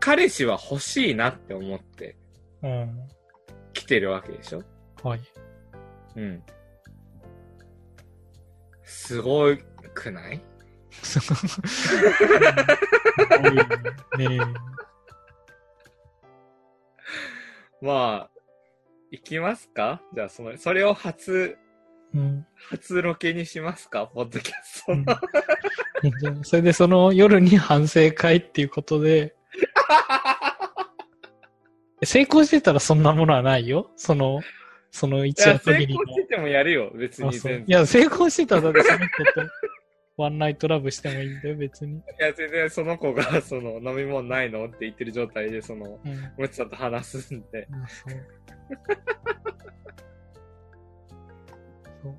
[SPEAKER 2] 彼氏は欲しいなって思って
[SPEAKER 1] うん。
[SPEAKER 2] 来てるわけでしょ。
[SPEAKER 1] はい。
[SPEAKER 2] うん。すごくない
[SPEAKER 1] すごい。ねね
[SPEAKER 2] まあ、行きますかじゃあ、その、それを初、
[SPEAKER 1] え。うん。
[SPEAKER 2] 初ロケにしますかポッドキャスト
[SPEAKER 1] うんじ
[SPEAKER 2] の。
[SPEAKER 1] ゃあそれでその夜に反省会っていうことで、成功してたらそんなものはないよ。その、その
[SPEAKER 2] い
[SPEAKER 1] 一
[SPEAKER 2] や、
[SPEAKER 1] 夜
[SPEAKER 2] 成
[SPEAKER 1] 限りの
[SPEAKER 2] 功。しててもやるよ、別に
[SPEAKER 1] あそう
[SPEAKER 2] 全
[SPEAKER 1] い
[SPEAKER 2] 然。
[SPEAKER 1] や、成功してたらだってその人とワンナイトラブしてもいいんだよ、別に。
[SPEAKER 2] いや、全然その子が、その、飲み物ないのって言ってる状態で、その、
[SPEAKER 1] うん。
[SPEAKER 2] むつさんと話すんで。
[SPEAKER 1] あそう。 そう。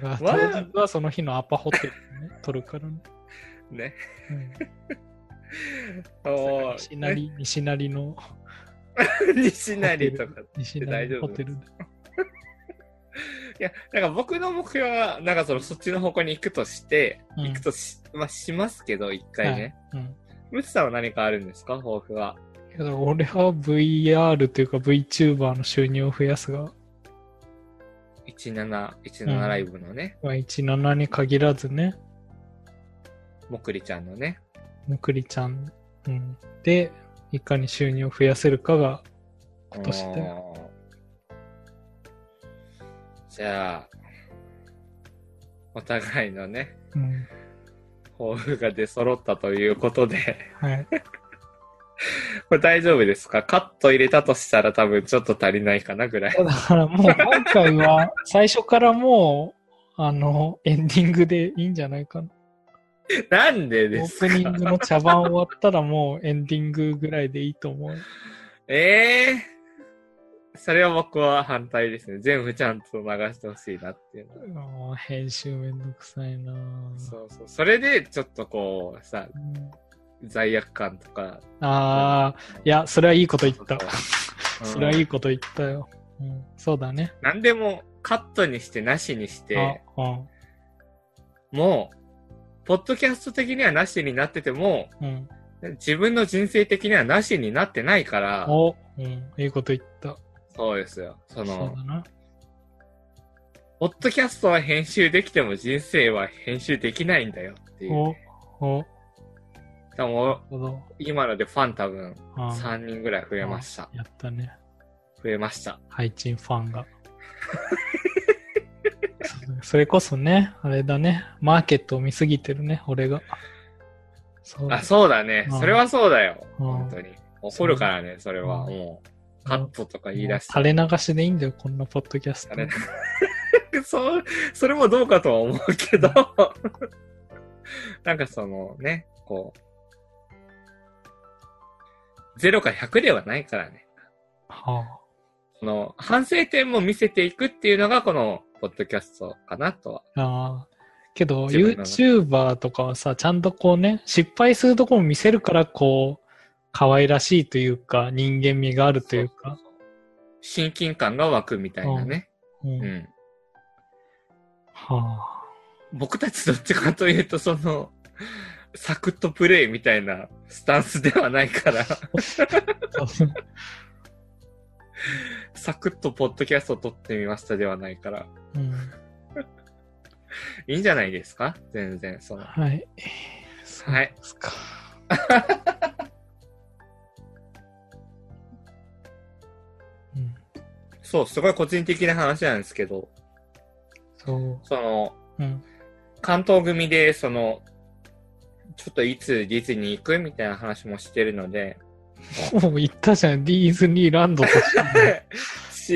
[SPEAKER 1] だから、
[SPEAKER 2] わあ
[SPEAKER 1] 当日はその日のアパホ テルでね、取るからね。
[SPEAKER 2] ね。
[SPEAKER 1] うん
[SPEAKER 2] おー
[SPEAKER 1] 西成、西成の、
[SPEAKER 2] ね西成とか。
[SPEAKER 1] 西
[SPEAKER 2] 大
[SPEAKER 1] 成
[SPEAKER 2] 丈
[SPEAKER 1] の
[SPEAKER 2] 夫
[SPEAKER 1] ホテルで。
[SPEAKER 2] いや、なんか僕の目標は、なんかその、そっちの方向に行くとして、
[SPEAKER 1] うん
[SPEAKER 2] 行くとし、まあ、しますけど、一回ね。
[SPEAKER 1] うん。
[SPEAKER 2] むつさんは何かあるんですか抱負は。
[SPEAKER 1] いやだから俺は VR というか VTuber の収入を増やすが、
[SPEAKER 2] 17、17ライブのね、
[SPEAKER 1] まあ、17に限らずね、
[SPEAKER 2] もくりちゃんのね。
[SPEAKER 1] むくりちゃん、うん、で、いかに収入を増やせるかが、今年で
[SPEAKER 2] おーじゃあ、お互いのね、
[SPEAKER 1] うん、
[SPEAKER 2] 抱負が出揃ったということで、
[SPEAKER 1] はい。
[SPEAKER 2] これ大丈夫ですかカット入れたとしたら多分ちょっと足りないかなぐらい。
[SPEAKER 1] だからもう今回は、最初からもう、あの、エンディングでいいんじゃないかな。
[SPEAKER 2] なんで
[SPEAKER 1] オ
[SPEAKER 2] で
[SPEAKER 1] ー
[SPEAKER 2] す
[SPEAKER 1] プニン
[SPEAKER 2] か
[SPEAKER 1] グの茶番終わったらもうエンディングぐらいでいいと思う。
[SPEAKER 2] ええー、それは僕は反対ですね。全部ちゃんと流してほしいなっていうの
[SPEAKER 1] あ
[SPEAKER 2] は。
[SPEAKER 1] ー編集めんどくさいなぁ
[SPEAKER 2] そうそう。それでちょっとこう、さ、
[SPEAKER 1] うん
[SPEAKER 2] 罪悪感とか。
[SPEAKER 1] ああ、いや、それはいいこと言った。
[SPEAKER 2] うん
[SPEAKER 1] それはいいこと言ったよ。うん、そうだね。
[SPEAKER 2] 何でもカットにしてなしにして、
[SPEAKER 1] あ、うん
[SPEAKER 2] もう、ポッドキャスト的にはなしになってても、
[SPEAKER 1] うん。
[SPEAKER 2] 自分の人生的にはなしになってないから、
[SPEAKER 1] お、うん、いいこと言った。
[SPEAKER 2] そうですよ。そ
[SPEAKER 1] そう
[SPEAKER 2] の、
[SPEAKER 1] だな。
[SPEAKER 2] ポッドキャストは編集できても人生は編集できないんだよっていう。
[SPEAKER 1] お、お、
[SPEAKER 2] でも
[SPEAKER 1] ほど。
[SPEAKER 2] 今のでファン多分
[SPEAKER 1] あー
[SPEAKER 2] 3人ぐらい増えました。
[SPEAKER 1] やったね。
[SPEAKER 2] 増えました。
[SPEAKER 1] ハイチンファンが。 そそれこそね、あれだね。マーケットを見すぎてるね、俺が。そう。
[SPEAKER 2] あ、そうだね。
[SPEAKER 1] うん
[SPEAKER 2] それはそうだよ。
[SPEAKER 1] うん
[SPEAKER 2] 本当に。怒るからね、それは。
[SPEAKER 1] うん
[SPEAKER 2] もう、カットとか言い出して。
[SPEAKER 1] 垂れ流しでいいんだよ、こんなポッドキャスト
[SPEAKER 2] あ。れ そう、それもどうかとは思うけど、なんかそのね、こう、0か100ではないからね。
[SPEAKER 1] は
[SPEAKER 2] この、反省点も見せていくっていうのが、この、ポッドキャストかなとは。
[SPEAKER 1] あ。ああ。けど、
[SPEAKER 2] 自分の中
[SPEAKER 1] YouTuber とかはさ、ちゃんとこうね、失敗するとこも見せるから、こう、可愛らしいというか、人間味があるというか。
[SPEAKER 2] そうそうそう。親近感が湧くみたいなね。
[SPEAKER 1] う。
[SPEAKER 2] うんん。
[SPEAKER 1] は
[SPEAKER 2] 僕たちどっちかというと、その、サクッとプレイみたいなスタンスではないから、
[SPEAKER 1] あ。そう
[SPEAKER 2] サクッとポッドキャストを撮ってみましたではないから、
[SPEAKER 1] うん。
[SPEAKER 2] いいんじゃないですか全然、その。
[SPEAKER 1] はい。そう
[SPEAKER 2] はい。
[SPEAKER 1] ですか。うん。
[SPEAKER 2] そう、すごい個人的な話なんですけど、
[SPEAKER 1] そう。
[SPEAKER 2] その、
[SPEAKER 1] うん。
[SPEAKER 2] 関東組で、その、ちょっといつディズニー行くみたいな話もしてるの で、
[SPEAKER 1] もう言ったじゃん。ディズニーランドとして。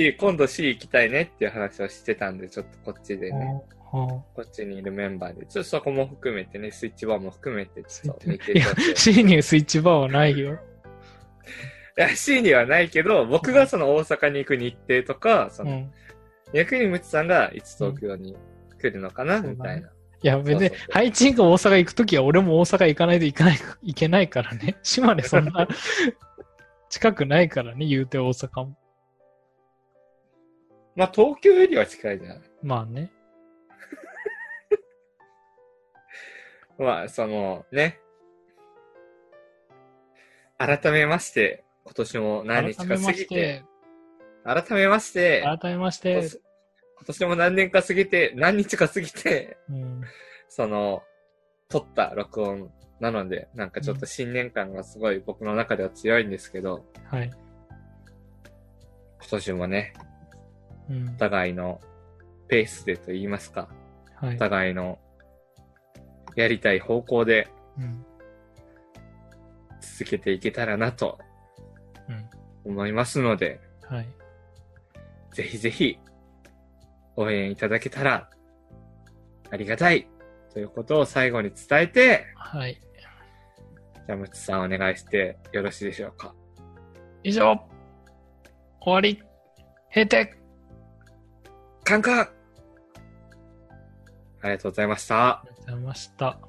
[SPEAKER 2] C、今度 C 行きたいねっていう話をしてたんで、ちょっとこっちでね、
[SPEAKER 1] あは
[SPEAKER 2] こっちにいるメンバーで、ちょっとそこも含めてね、スイッチバーも含めて、ちょっと見て
[SPEAKER 1] い
[SPEAKER 2] い
[SPEAKER 1] や
[SPEAKER 2] ただければ、
[SPEAKER 1] C にスイッチバーはないよ。
[SPEAKER 2] い や C にはないけど、僕がその大阪に行く日程とか、そうの、
[SPEAKER 1] ん。
[SPEAKER 2] 逆にムツさんがいつ東京に来るのかな、
[SPEAKER 1] ん
[SPEAKER 2] みたいな。
[SPEAKER 1] いや、別に
[SPEAKER 2] そうそうそう、
[SPEAKER 1] ハイチンが大阪行くときは俺も大阪行かないとい けないいけないからね。 島根そん な近くないからね、言うて大阪も。
[SPEAKER 2] まあ、東京よりは近いじゃん。
[SPEAKER 1] まあね。
[SPEAKER 2] まあ、その、ね。改めまして、今年も何日
[SPEAKER 1] 改
[SPEAKER 2] か
[SPEAKER 1] め
[SPEAKER 2] 過
[SPEAKER 1] ま
[SPEAKER 2] ぎ、
[SPEAKER 1] してて、
[SPEAKER 2] 改めまして、
[SPEAKER 1] 改めまし
[SPEAKER 2] 今
[SPEAKER 1] て
[SPEAKER 2] 年、今年も何年か過ぎて、何日か過ぎて、
[SPEAKER 1] うん、
[SPEAKER 2] その、撮った録音なので、なんかちょっと新年感がすごい僕の中では強いんですけど、
[SPEAKER 1] はい。
[SPEAKER 2] 今年もね、
[SPEAKER 1] うん
[SPEAKER 2] お、互いのペースでと言いますか、
[SPEAKER 1] は
[SPEAKER 2] お
[SPEAKER 1] い。
[SPEAKER 2] 互いのやりたい方向で
[SPEAKER 1] うん、
[SPEAKER 2] 続けていけたらなと
[SPEAKER 1] うん、
[SPEAKER 2] 思いますので、
[SPEAKER 1] はい。
[SPEAKER 2] ぜひぜひ応援いただけたらありがたいということを最後に伝えて、
[SPEAKER 1] はい。
[SPEAKER 2] じゃあ、むつさんお願いしてよろしいでしょうか。
[SPEAKER 1] 以上終わり閉店
[SPEAKER 2] カンカンありがとうございました。
[SPEAKER 1] ありがとうございました。